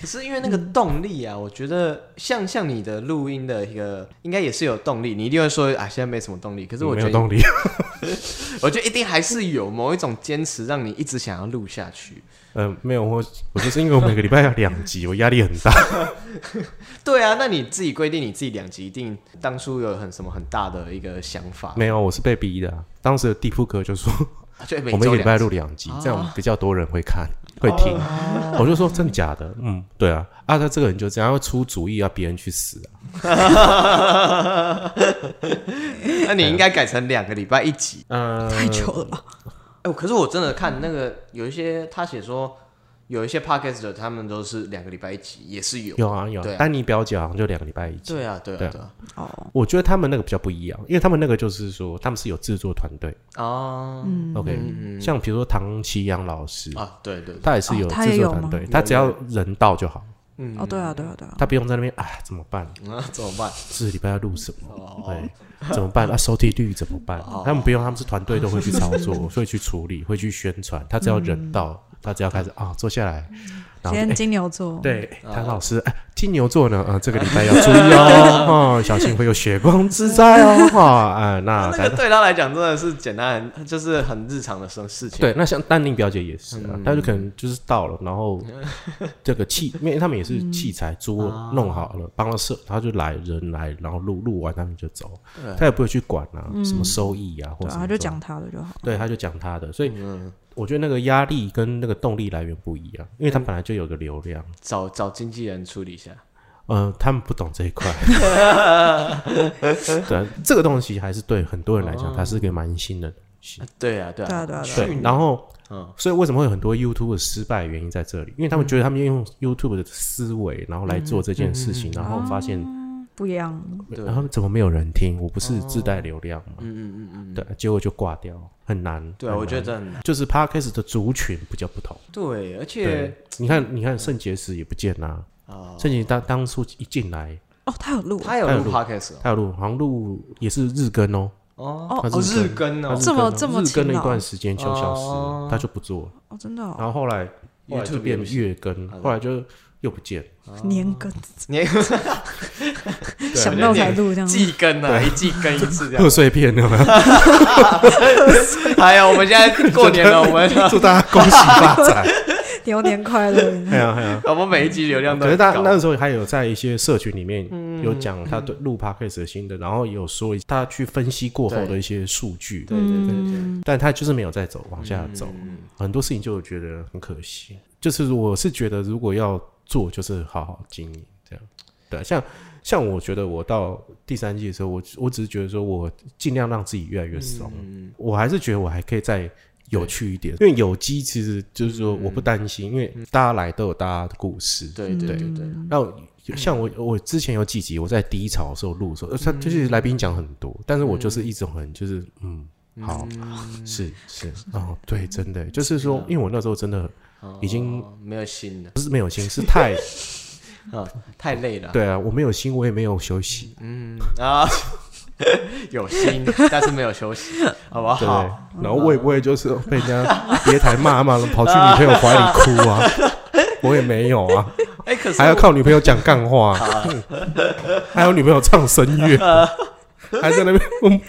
B: 可是因为那个动力啊，我觉得像像你的录音的一个，应该也是有动力。你一定会说啊，现在没什么动力。可是我
A: 没
B: 觉
A: 有
B: 得，
A: 动力，
B: 我觉得一定还是有某一种坚持，让你一直想要录下去。
A: 嗯，没有，我我就是因为我每个礼拜要两集，我压力很大。
B: 对啊，那你自己规定你自己两集，一定当初有很什么很大的一个想法，
A: 没有，我是被逼的啊、当时的地铺哥就说，
B: 啊就每
A: 我们一
B: 周
A: 个礼拜
B: 两集哦
A: 录两集
B: 啊，
C: 哦
A: 这样比较多人会看会听。我就说真的假的？嗯，对啊，啊，他这个人就这样，要出主意要别人去死啊。
B: 那你应该改成两个礼拜一集。
A: 嗯，
C: 太久了吧？
B: 哎、可是我真的看那个有一些他写说，有一些 podcast 的他们都是两个礼拜一集，也是有。
A: 有啊有
B: 对啊
A: 啊，丹尼表姐好像就两个礼拜一集。
B: 对啊，对啊，
A: 对啊
B: 对啊。
C: 哦，
A: 我觉得他们那个比较不一样，因为他们那个就是说他们是有制作团队。
B: 哦，
C: 嗯
A: OK，像比如说唐奇阳老师，
B: 啊，对对对，
A: 他也是有
C: 哦他也
A: 制作
C: 有
A: 团队
C: 吗，
A: 他只要人到就好，
B: 嗯
C: 哦，对啊，对啊，对啊，
A: 他不用在那边啊怎么办？
B: 那 怎么办？哦
A: 这礼拜要录什
C: 哦
A: 么？对，怎么办？啊，收听率
C: 嗯
A: 怎么办？他们不用，他们是团队都会去操作，会去处理，会去宣传。他只要人到，他只要开始啊、坐下来，然后就
C: 今天
A: 哎
C: 金牛座，
A: 对，
B: 啊
A: 谭老师，哎，金牛座 呢，呃，这个礼拜要注意哦，哦，小心会有血光之灾哦，哈，啊，那
B: 那个对他来讲真的是简单，很就是很日常的事事情。
A: 对，那像丹宁表姐也是
C: 嗯
A: 啊，她就可能就是到了，然 后这个器，因为他们也
C: 嗯
A: 是器材租
C: 啊
A: 了弄好了，帮了设，她就来人来，然后录录完他们就走，
B: 对
A: 她也不会去管啊什么收益啊，或
C: 嗯对
A: 者
C: 啊，他就，讲他的就好。
A: 对，她就讲她的，所以
B: 嗯
A: 我觉得那个压力跟那个动力来源不一样，因为他本来就有个流量，
B: 找找经纪人处理一下。
A: 嗯，他们不懂这一 块。对，啊这个东西还是对很多人来讲，它是个蛮新的东西。
B: 对啊，对
C: 对
B: 啊
C: 啊，，对啊，对啊。
A: 对，然后，
B: 嗯
A: 所以为什么会有很多 YouTube 失败？原因在这里，因为他们觉得他们用 YouTube 的思维，然后来做这件事情，然后发现，
C: 不一样，
B: 嗯对啊
A: 然后怎么没有人听？我不是自带流量嘛？
B: 嗯嗯嗯嗯，
A: 对，结果就挂掉，很难。
B: 对啊，
A: 很
B: 我觉得
A: 难
B: 这很难。
A: 就是 Podcast 的族群比较不同。
B: 对，而且
A: 对，你看，你看圣结石也不见啦。
B: 啊，
A: 圣结石当当初一进来，
C: 哦，他有录，
B: 他有
A: 他有
B: 录
A: 录
B: podcast
A: 他有录，好像录也是日更哦。
B: 哦，
C: 哦
A: 他
B: 哦
A: 是
B: 哦，
A: 日
B: 日更
A: 他
B: 哦
A: 日
C: 这么
A: 更了
C: 这么
A: 日
C: 勤
A: 更了一
C: 劳
A: 段时间就消失
B: 哦
A: 了，他就不做了。
C: 哦，真的哦，
A: 然后后来后来就
B: YouTube
A: 变
B: 也不行
A: 月更，后来就又不见了。
C: 年更，
B: 年
C: 想到才录
A: 嗯
C: 这样。
B: 季更啊，一季更一次这 样
A: 贺。岁片了吗？
B: 还有，我们现在 过 年了，我们
A: 祝大家恭喜发财！
C: 牛年快乐！
A: 哎呀哎呀！
B: 我们每一集流量都
A: 可
B: 很
A: 是他
B: 高
A: 那时候还有在一些社群里面
C: 嗯
A: 有讲他对录 podcast 的心得，然后也有说他去分析过后的一些数据，
B: 对对对对，
C: 嗯，
A: 但他就是没有再走往下走，
B: 嗯
A: 很多事情就觉得很可惜。就是我是觉得，如果要做，就是好好经营这样。对，啊像像我觉得我到第三季的时候，我我只是觉得说我尽量让自己越来越松，
B: 嗯
A: 我还是觉得我还可以再有趣一点，因为有机其实就是说
B: 嗯
A: 我不担心，因为大家来都有大家的故事。
B: 对对对对，
A: 那我像我我之前有几集我在低潮的时候录的时候，呃他就是来宾讲很多，但是我就是一直很就是嗯。好，是是哦，对，真的嗯就是啊说，因为我那时候真的已经
B: 哦没有新的
A: 不是没有心，是太
B: 啊，太累了。
A: 对啊，我没有心，我也没有休息，
B: 嗯 啊，有心，但是没有休息，好不
A: 对不对
B: 好？？
A: 然后我也不会就是被人家别台骂骂，跑去女朋友怀里哭啊，我也没有啊，
B: 哎，可是
A: 还要靠女朋友讲干话，还有女朋友唱声 乐，还在那边， 嗯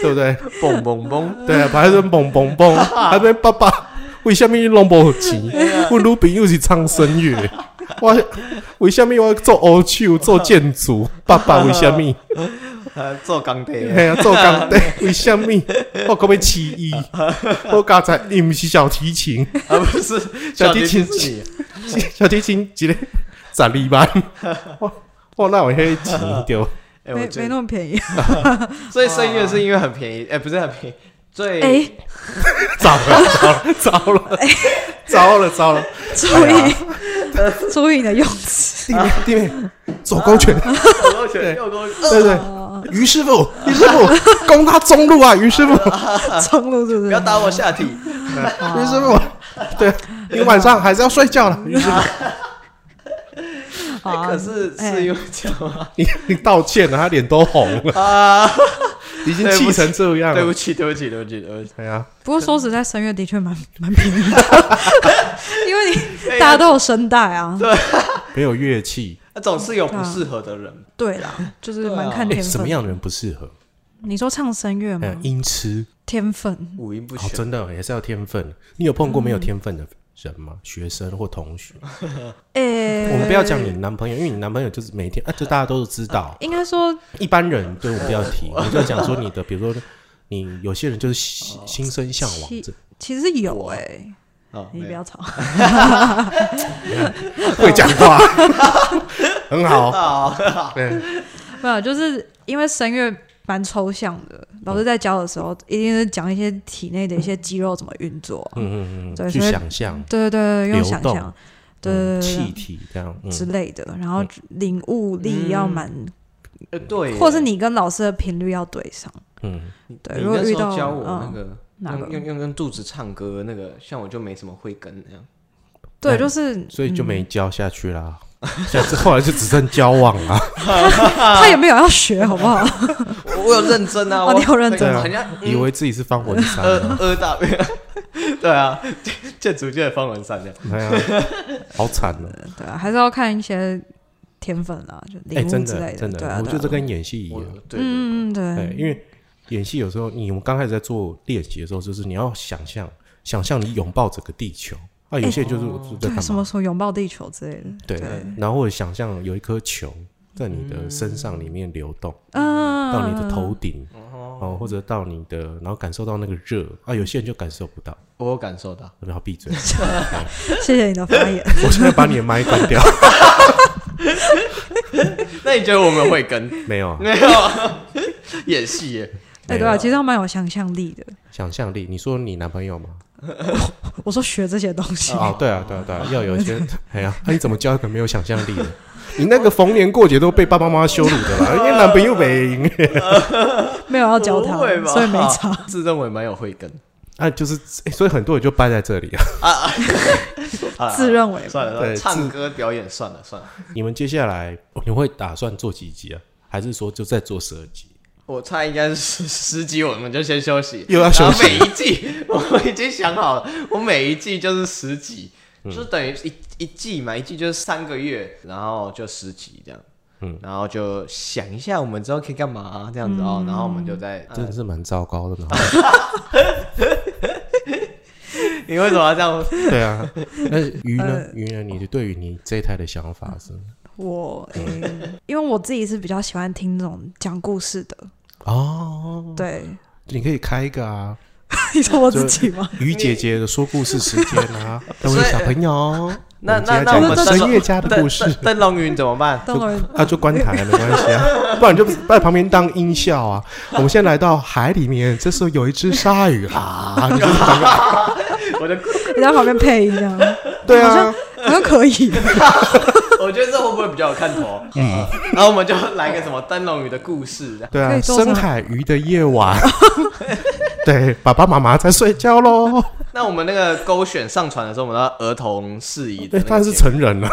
A: 对不对？
B: 蹦蹦 蹦，
A: 对啊，还在那边蹦蹦蹦，还在那边爸爸为什么你拢无钱？我女朋友是唱声乐，我为什么我要做欧手做建筑？爸爸为什么？
B: 呃做钢铁
A: 哎呀，做钢的，为什么？我可不可以起义？我刚才你不是小提琴，
B: 而不是
A: 小
B: 提
A: 提
B: 琴
A: 琴
B: 是你。
A: 小提琴一个十二万，我我那我迄钱丢。
B: 哎，我
C: 没
B: 最
C: 没那么便宜。
A: 啊
B: 最生乐是因为很便宜，哎，不是很便宜，最
C: 哎，
A: 糟了，糟了，糟了，糟了，
C: 注意 注意你的用词。
A: 弟妹，弟妹，左勾拳，
B: 左勾拳，右勾拳，
A: 对对，于师傅，于师 傅，攻他中路啊，于师傅，于
C: 冲路是不
B: 不
C: 是？
B: 要打我 下体。
A: 师傅，对你晚上还是要睡觉了，于师傅，
C: 好啊
B: 可是
C: 哎
B: 是因为这样吗？
A: 你你道歉了，他脸都红了，
B: 啊，
A: 已经气成这样
B: 对不
A: 了，
B: 起，对不起，对不起，对不起。
A: 哎呀，
C: 不过说实在，声乐的确蛮蛮 便宜的，因为
B: 哎
C: 你大家都有声带啊。
A: 没有乐器，
B: 那总是有
C: 嗯
B: 不适合的人，
C: 对啦，就是
B: 对啊
C: 蛮看
A: 哎，
C: 天
A: 什么
C: 分。
A: 样的人不适合？
C: 你说唱声乐
A: 哎
C: 吗，？
A: 音痴，
C: 天分
B: 五音不
A: 哦，
B: 全。
A: 真的也是要天分。你有碰过没有天分的人吗？学生或同学？
C: 哎，
A: 我们不要讲你男朋友，因为你男朋友就是每天啊，这大家都知道。
C: 应该说
A: 一般人对我们不要 提，我就讲说你的，比如说你有些人就是心心生向往
C: 其
A: 这
C: 其实有哎，
B: 啊
C: 你不
B: 没有
C: 要吵。
A: 会讲 话，很好。
B: 啊，
A: 对，
C: 没有，就是因为声乐蛮抽象的，老师在教的时候，一定是讲一些体内的一些肌肉怎么运作啊、
A: 嗯嗯
C: 对
A: 嗯，去
C: 所以
A: 想象
C: 对对对，用
A: 流
C: 想
A: 动
C: 象，对对
A: 嗯
C: 对
A: 气
C: 对
A: 体这样，嗯
C: 对，之类的，然后领悟力要蛮，
B: 呃对耶，
C: 或是你跟老师的频率要对上。
A: 嗯，
C: 对
B: 你
C: 如果
B: 那时
C: 遇
B: 候
C: 到
B: 教我
C: 嗯
B: 那个
C: 哪
B: 用
C: 个
B: 用用用肚子唱歌那个，像我就没什么会跟那样。
C: 对，
A: 那
C: 就是
A: 所以就没交下去啦。
C: 嗯
A: 下次后来就只剩交往啊啦。
C: 他也没有要学，好不好？
B: 我我有认真啊，
C: 哦
B: 我
C: 你有认
A: 真
B: 那个
A: 啊
B: 很像嗯
A: 以为自己是方文山
B: 呃
A: 啊，
B: 呃大，对啊，建筑界的方文山这样。
C: 嗯
A: 哎呀，好惨 哦！
C: 对啊，还是要看一些天分啦，就
A: 哎，
C: 领
A: 真
C: 悟之
A: 的
C: 类
A: 真
C: 对啊，
A: 我觉得这
C: 对啊
A: 跟演戏一
B: 我
A: 样，
B: 对对
C: 嗯嗯嗯
A: 对，
C: 对，
A: 因为演戏有时候你我们刚开始在做练习的时候，就是你要想象想象你拥抱整个地球啊，有些人就是我在
C: 哎对
A: 干
C: 什
A: 嘛
C: 么？时候拥抱地球之类的，
A: 对，然后或者想象有一颗球在你的身上里面流动，
C: 嗯，
A: 到你的头顶，哦，或者到你的，然后感受到那个热啊，有些人就感受不到，
B: 我有感受到。
A: 然后闭嘴。哎
C: 谢谢你的发言。
A: 我现在把你的麦关掉，
B: 那你觉得我们会跟
A: 没有啊
B: 没有啊演戏耶？
C: 哎，
A: 没
C: 对
A: 有
C: 啊，其实他蛮有想象力的。
A: 想象力。你说你男朋友吗？
C: 我说学这些东西，
A: 哦，对啊，对啊，对啊，要有一些，哎呀，那你怎么教一个没有想象力的？ 你那个逢年过节都被爸爸妈妈羞辱的啦，因为男朋友没，
C: 没有要教他
B: 不会，吧
C: 所以没差。。
B: 自认为蛮有慧根。
A: 啊，就是，哎所以很多人就掰在这里啊。
B: 好啦
C: 自认为
B: 啊算了，算了
A: 对
B: 唱歌表演算了算了。
A: 你们接下来哦你会打算做几集啊？还是说就再做十二集？
B: 我猜应该是十十集，我们就先休息。
A: 又要休
B: 然后
A: 息
B: 每一季 我已经想好了，我每一季就是十集，
A: 嗯
B: 就等于一一季嘛，一季就是三个月，然后就十集这样。嗯，然后就想一下我们之后可以干嘛、这样子
A: 嗯
B: 哦，然后我们就在、呃
A: 真的是蛮糟糕 的呢。
B: 你为什么要这样？
A: 对啊， 那鱼呢？鱼呢？你对于你这一胎的想法是？
C: 我、嗯，因为我自己是比较喜欢听这种讲故事的，
B: 嗯
A: 哦，
C: 对，
A: 你可以开一个啊，
C: 你说我自己吗？
A: 于姐姐的说故事时间 啊，各位小朋友，
B: 那
A: 我们今天
B: 那那我们
A: 讲
B: 登
A: 深夜家的故 事
B: 邓邓邓龙云怎么办？
C: 邓伦，
A: 啊，就关台没关系 啊，不然就在旁边当音效啊。我们现在来到海里面，这时候有一只鲨鱼啊，你 就是旁边
B: 我的，
C: 你在旁边配音这样，
A: 对
C: 好像
A: 啊，
C: 好像可以。啊
B: 我觉得这会不会比较有看头？嗯，然后我们就来个什么灯笼鱼的故事，这样
A: 对
C: 可
A: 啊，
C: 以做成
A: 深海鱼的夜晚， 对，爸爸妈妈在睡觉喽，
B: 那我们那个勾选上传的时候，我们要儿童适宜的
A: 对，
B: 那个节目，
A: 当然是成人了，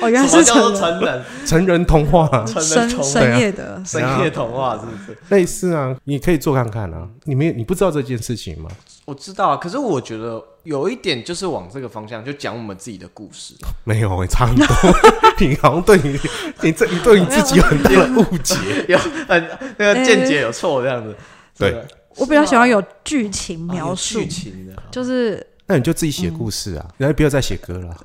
C: 哦，原来
B: 什么
C: 是
B: 叫
C: 成
B: 做成
C: 人
B: 人
A: 成人童话
B: 成人
C: 深
B: 宠
A: 对啊
C: 深夜的，
B: 深夜童话是不是？
A: 类似啊，你可以做看看啊，你没你不知道这件事情吗？
B: 我知道啊，可是我觉得有一点就是往这个方向，就讲我们自己的故事。
A: 没有，欸差不多。 你好像对你，你这你对你自己有很大的误 解。
B: 有很那个见解有错这样子，
A: 对
B: 是吧
C: 我比较喜欢有剧情
B: 啊有
C: 描述
B: 剧，情的，
C: 就是
A: 那你就自己写故事
C: 嗯
A: 啊，然后不要再写歌了。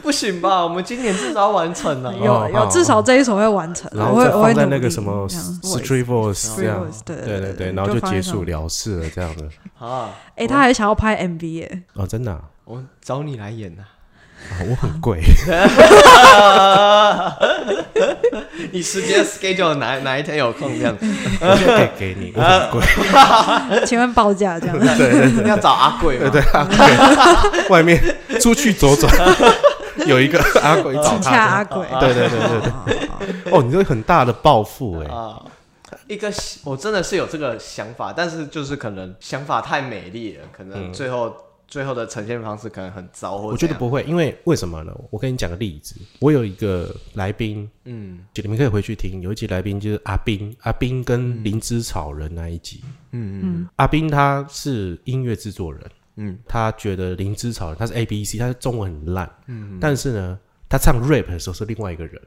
B: 不行吧？我们今年至少要完成啊 了。
A: 哦
C: 有
A: 哦
C: 有
A: 哦
C: 至少这一首会完成，
A: 然
C: 我
A: 后
C: 会
A: 再
C: 我
A: 放
C: 会
A: 在
C: 努
A: 那个
C: 力
A: 什么
C: 这样
A: Street Voice 这样
C: Voice，，对
A: 对对
C: 对
A: 对，然后就
C: 放
A: 结
C: 在
A: 束
C: 上面
A: 了事了这样的。
B: 啊，
C: 哎，他还想要拍 MV 耶，
A: 哦，真的啊，
B: 我找你来演呐、
A: 啊我很 贵，
B: 啊！你时间 schedule 哪哪一天有空这样？
A: 我就可以给你，我很贵。
C: 请问报价 这样？
A: 对对
B: 要找阿贵吗？
A: 对对，阿贵，外面出去走走，有一 个阿贵找
C: 请洽
A: 他。
C: 阿鬼，
A: 对对对对
C: 好好好
A: 对，哦，你这很大的抱负哎，
B: 啊，一个我真的是有这个想法，但是就是可能想法太美丽了，可能最后、最后的呈现方式可能很糟，
A: 嗯
B: 或
A: 我觉
B: 者
C: 啊
A: 得不会，因为为什么呢？我跟你讲个例子，我有一个来宾，
B: 嗯
A: 就你们可以回去听，有一集来宾就是阿斌，阿斌跟灵芝草人那一集。
B: 嗯嗯
C: 嗯
A: 阿斌他是音乐制作人，
B: 嗯
A: 他觉得灵芝草人他是 A B C，他中文很烂，嗯，但是呢，他唱 rap 的时候是另外一个人，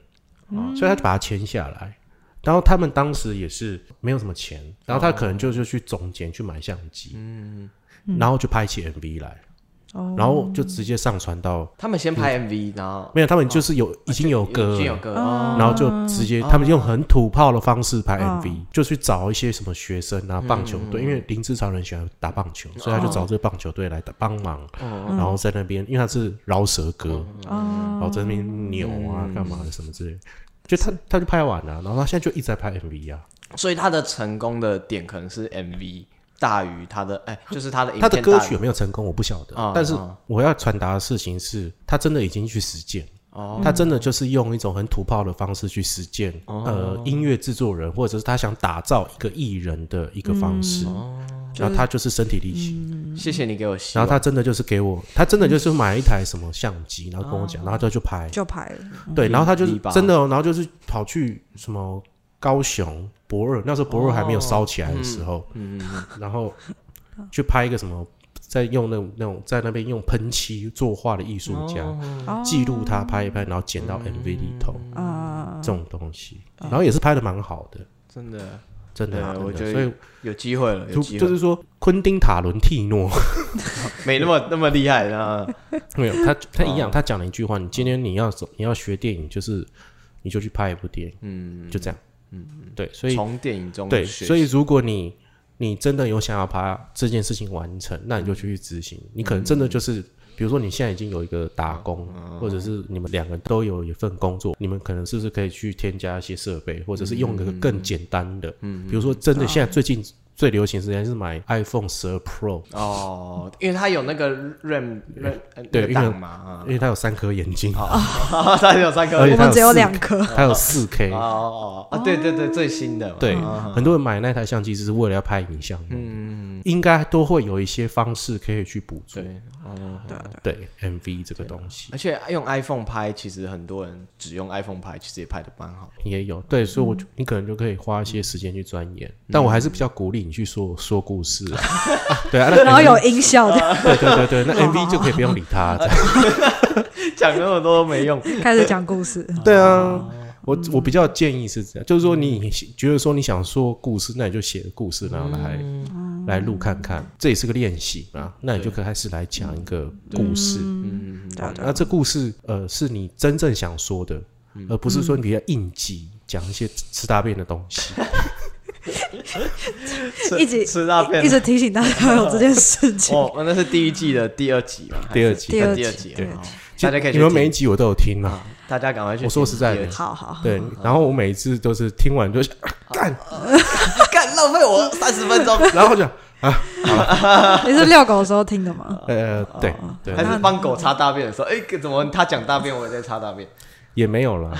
B: 哦
A: 哦所以他就把他签下来。然后他们当时也是没有什么钱，然后他可能就就去总监去买相机，
B: 嗯，
A: 然后就拍起 MV 来，
C: 哦
A: 然后就直接上传到
B: 他们先拍 MV，然后
A: 没有，他们就是有已经有歌
B: 哦啊已经有
A: 了，
B: 歌哦，
A: 然后就直接他们用很土炮的方式拍 MV，就去找一些什么学生啊、棒球队，因为林芝常人喜欢打棒球，所以他就找这个棒球队来打帮忙，然后在那边，因为他是饶舌歌，
C: 哦
A: 然后在那边扭啊、干嘛的什么之类的，就他他就拍完了，然后他现在就一直在拍 MV 啊，
B: 所以他的成功的点可能是 MV 大于他的，哎、就是他的影
A: 他
B: 片
A: 的歌
B: 大于
A: 曲有没有成功我不晓得
B: 嗯，
A: 但是
B: 嗯
A: 我要传达的事情是他真的已经去实践。
B: 哦，
A: 他真的就是用一种很土炮的方式去实践，呃，音乐制作人或者是他想打造一个艺人的一个方式，
B: 嗯
A: 然后他就是身体力行，
B: 谢谢你给我希
A: 然
B: 望
A: 后他真的就是给我，他真的就是买一台什么相机，然后跟我
B: 啊
A: 讲，然后他就拍，
C: 就拍了，
A: 对，然后他就是
B: 篱笆
A: 真的、哦，然后就是跑去什么高雄
B: 嗯
A: 博二，那时候博二还没有烧起来的时候，然后去拍一个什么在用那种那种在那边用喷漆作画的艺术家，
C: 哦
A: 记录他拍一拍，然后剪到
B: 嗯
A: MV 里头、
C: 啊，哦
A: 这种东西，然后也是拍的蛮好的，
B: 真的
A: 真的，啊
B: 对啊我
A: 真
B: 觉
A: 的
B: 得
A: 所以
B: 有机会了，有
A: 就
B: 机会，
A: 就是说，昆汀塔伦蒂诺
B: 没那么那么厉害啊。
A: 没 有他他一样，
B: 哦
A: 他讲了一句话：你今天你要走，你要学电影，就是你就去拍一部电影，
B: 嗯，
A: 就这样，嗯，对，所以
B: 从电影中
A: 对，
B: 学习
A: 所以如果你你真的有想要把这件事情完成，那你
B: 嗯
A: 就去执行。你可能真的就是，比如说你现在已经有一个打
B: 嗯
A: 工，或者是你们两个都有一份工作，你们可能是不是可以去添加一些设备，或者是用一个
B: 嗯
A: 更简单的，比如说真的现在最近最流行时间是买 iPhone 十二 Pro，
B: 哦，因为他有那个 RAM RAM 呃
A: 对因
B: 那个
A: 为
B: 档嘛啊
A: 因，为它有三颗眼睛，
B: 哦 他有三
A: 而
B: 个
A: 且
C: 我
A: 他
C: 们
A: 有
C: 只有
A: 四
C: 两颗，
A: 它有四 K，
B: 哦哦哦啊，对对对，最新的嘛
A: 对
B: 啊，
A: 很多人买那台相机只是为了要拍影像用的，应该都会有一些方式可以去补足
B: 对哦，
C: 对啊对啊
A: 对 MV 这个东西。
B: 而且用 iPhone 拍，其实很多人只用 iPhone 拍，其实也拍的蛮好。
A: 也有对，所以我就你可能就可以花一些时间去钻研，但我还是比较鼓励你去说说故事啊，啊对啊，那
C: 然后有
A: MV
C: 音效的，
A: 对对对对，那 MV 就可以不用理他，这样
B: 讲那么多都没用，
C: 开始讲故事，
A: 对啊，我我比较建议是这样，就是说你觉得说你想说故事，那你就写故事，然后来、
C: 嗯
A: 来录看看，这也是个练习嘛，那你就开始来讲一个故事，
B: 嗯，
C: 对啊对啊
A: 那这故事呃是你真正想说的，而不是说你比较应急讲一些吃大便的东 西，
B: 吃
C: 一直
B: 吃大便
C: 一，直提醒大家有这件事情。
B: 哦，那是第一季的第二集嘛，还是
A: 第二集
B: 第
C: 第
B: 二
C: 二
B: 集
C: 集，对
B: 哦大家可以去
A: 你们每一
B: 听
A: 集我都有听啊。
B: 大家赶快去听第二集。
A: 我说实在的
C: 好好，好
A: 对，然后我每一次都是听完就 干，
B: 干浪费我三十分钟，
A: 然后就
C: 你是遛狗的时候听的吗？
A: 呃，对
C: 哦
A: 对
B: 还，是帮狗擦大便的时候，哎，怎么他讲大便，我也在擦大便？
A: 也没有啦，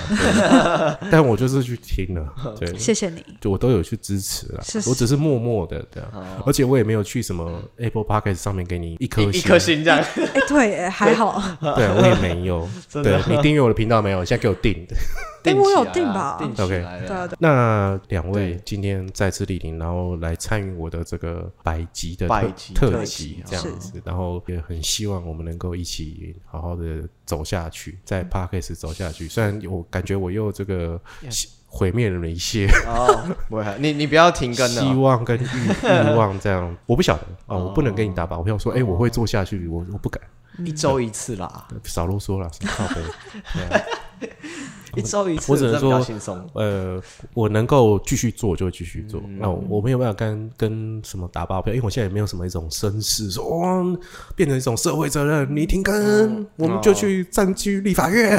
A: 对但我就是去听了，对，
C: 谢谢你，
A: 就我都有去支持啦
C: 是，是
A: 我只是默默的这样，而且我也没有去什么 Apple Podcast 上面给你一颗
B: 哦嗯一一颗
A: 星，
B: 星 这样，
C: 哎，对，哎还好，
A: 对我也没有，
B: 真的
A: 对你订阅我的频道没有？现在给我 订。
B: 定
C: 哎我
B: 起
C: 有
B: 来
C: 定
B: 啦
C: 吧
B: 定起
A: OK
B: 来
C: 对
B: 啦
C: 啊对啊，
A: 那两位今天再次莅临，然后来参与我的这个百集的
B: 百
A: 特
B: 集
A: 特
B: 特
A: 辑
B: 辑哦
A: 这样子，然后也很希望我们能够一起好好的走下去，
B: 嗯
A: 在 Parkes 走下去。虽然我感觉我又这个毁灭了一些
C: 啊
B: 哦，不会，你你不要停更了
A: 希
B: 哦，
A: 望跟 欲欲望这样，我不晓得啊，我不能跟你打保票说，哎，我会做下去，我我不敢，
B: 一周一次啦，
A: 少啰嗦啦，少靠背。对啊
B: 一周一次，
A: 我只能
B: 真的比较
A: 说
B: 轻松。
A: 呃，我能够继续做就继续做。
B: 嗯
A: 那我我没有办法跟跟什么打包票，因为我现在也没有什么一种绅士说哦，变成一种社会责任，你停更，
B: 嗯
A: 我
B: 哦
A: 们就去占据立法 院。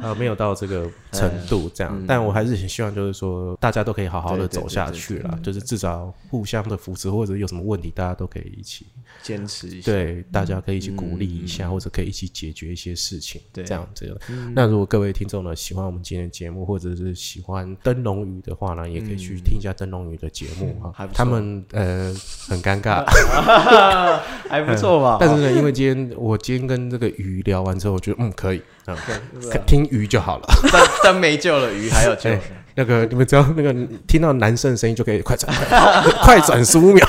A: 呃，没有到这个程度这样，但我还是很希望就是说，大家都可以好好的
B: 哎嗯对对
A: 走下去啦，就是至少互相的扶持，或者有什么问题，大家都可以一起
B: 坚持一下。嗯
A: 对，大家可以一起鼓励一下，或者可以一起解决一些事情，
B: 对嗯
A: 这样子。那如果各位听众呢喜欢我们今天的节目，或者是喜欢灯笼鱼的话呢，也可以去听一下灯笼鱼的节目
B: 嗯还
A: 哈
B: 不。错
A: 他们呃很尴尬，
B: 还不错吧？
A: 但是呢，因为今天我今天跟这个鱼聊完之后，我觉得嗯可以啊，听鱼就好了。
B: 灯灯没救了，鱼还有救
A: 对。，那个你们只要那个听到男生的声音就可以快转， 快转十五秒。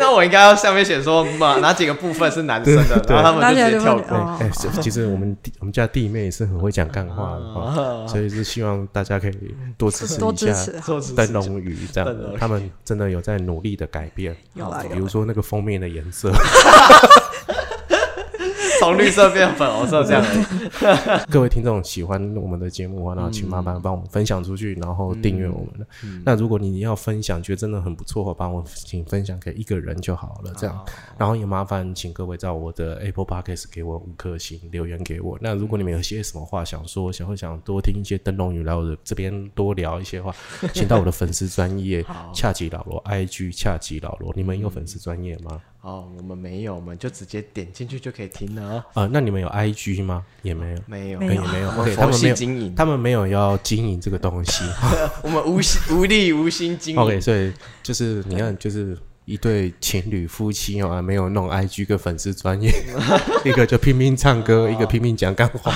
B: 那我应该要上面写说嘛，哪几个部分是男生的，然后他们
C: 大
B: 就
C: 家
B: 直接
C: 就
B: 跳
C: 会
B: 过。
A: 对，
C: 哦
A: 哎、，其其实我们弟我们家弟妹也是很会讲干话的、哦，所以是希望大家可以多支持
C: 多
A: 一
C: 支
A: 下
C: 持，
B: 说是
A: 灯笼鱼这样
B: 灯笼
A: 的
B: 鱼，
A: 他们真的有在努力的改变，
C: 有啊啦有啦
A: 比如说那个封面的颜 色，
B: 从绿色变粉红色这样，
A: 各位听众喜欢我们的节目的话，然后请麻烦帮我们分享出去，然后订阅我们的。
B: 嗯
A: 那如果你要分享，觉得真的很不错的话，帮我请分享给一个人就好了，这
B: 哦
A: 样。然后也麻烦请各位在我的 Apple Podcast 给我五颗星留言给我。那如果你们有些什么话想说，想会想多听一些灯笼语来我的这边多聊一些 话，请到我的粉丝专业恰吉老罗 IG 恰吉老罗，你们有粉丝专业吗？
B: 哦，我们没有，我们就直接点进去就可以听了啊。
A: 呃，那你们有 IG 吗？也没有。
B: 没有，
C: 没有
A: 也没有
B: 我们
A: ，OK，他
B: 佛
A: 们没
B: 系
A: 有，
B: 经营，
A: 他们没有要经营这个东 西。
B: 我们无心无力无心经营。
A: OK，所以就是你看，就是一对情侣夫妻哦，还没有 弄 IG 跟粉丝专业，一个就拼命唱歌，一个拼命讲干话。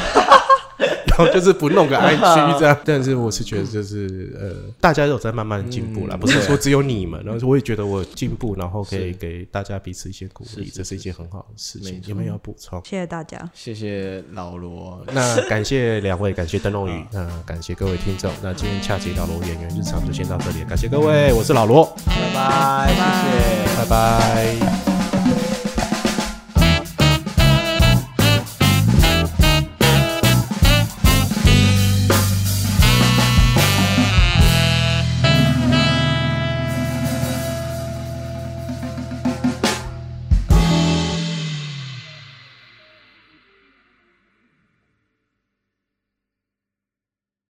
A: 然后就是不弄个 IG 这样。但是我是觉得就是呃，大家有在慢慢进步啦，
B: 嗯
A: 不是
B: 对
A: 说只有你们。然后我也觉得我进步，然后可以
B: 是
A: 给大家彼此一些鼓
B: 是
A: 励，
B: 是
A: 这是一
B: 是
A: 件很好的事
B: 没
A: 情。
B: 错
A: 有没有要补充？
C: 谢谢大家，
B: 谢谢老罗，
A: 那感谢两位，感谢灯笼雨，那感谢各位听众。那今天恰吉老罗演员日常就先到这里，感谢各位，我是老罗，
B: 拜拜，
C: 拜
B: 谢谢。
A: 拜拜。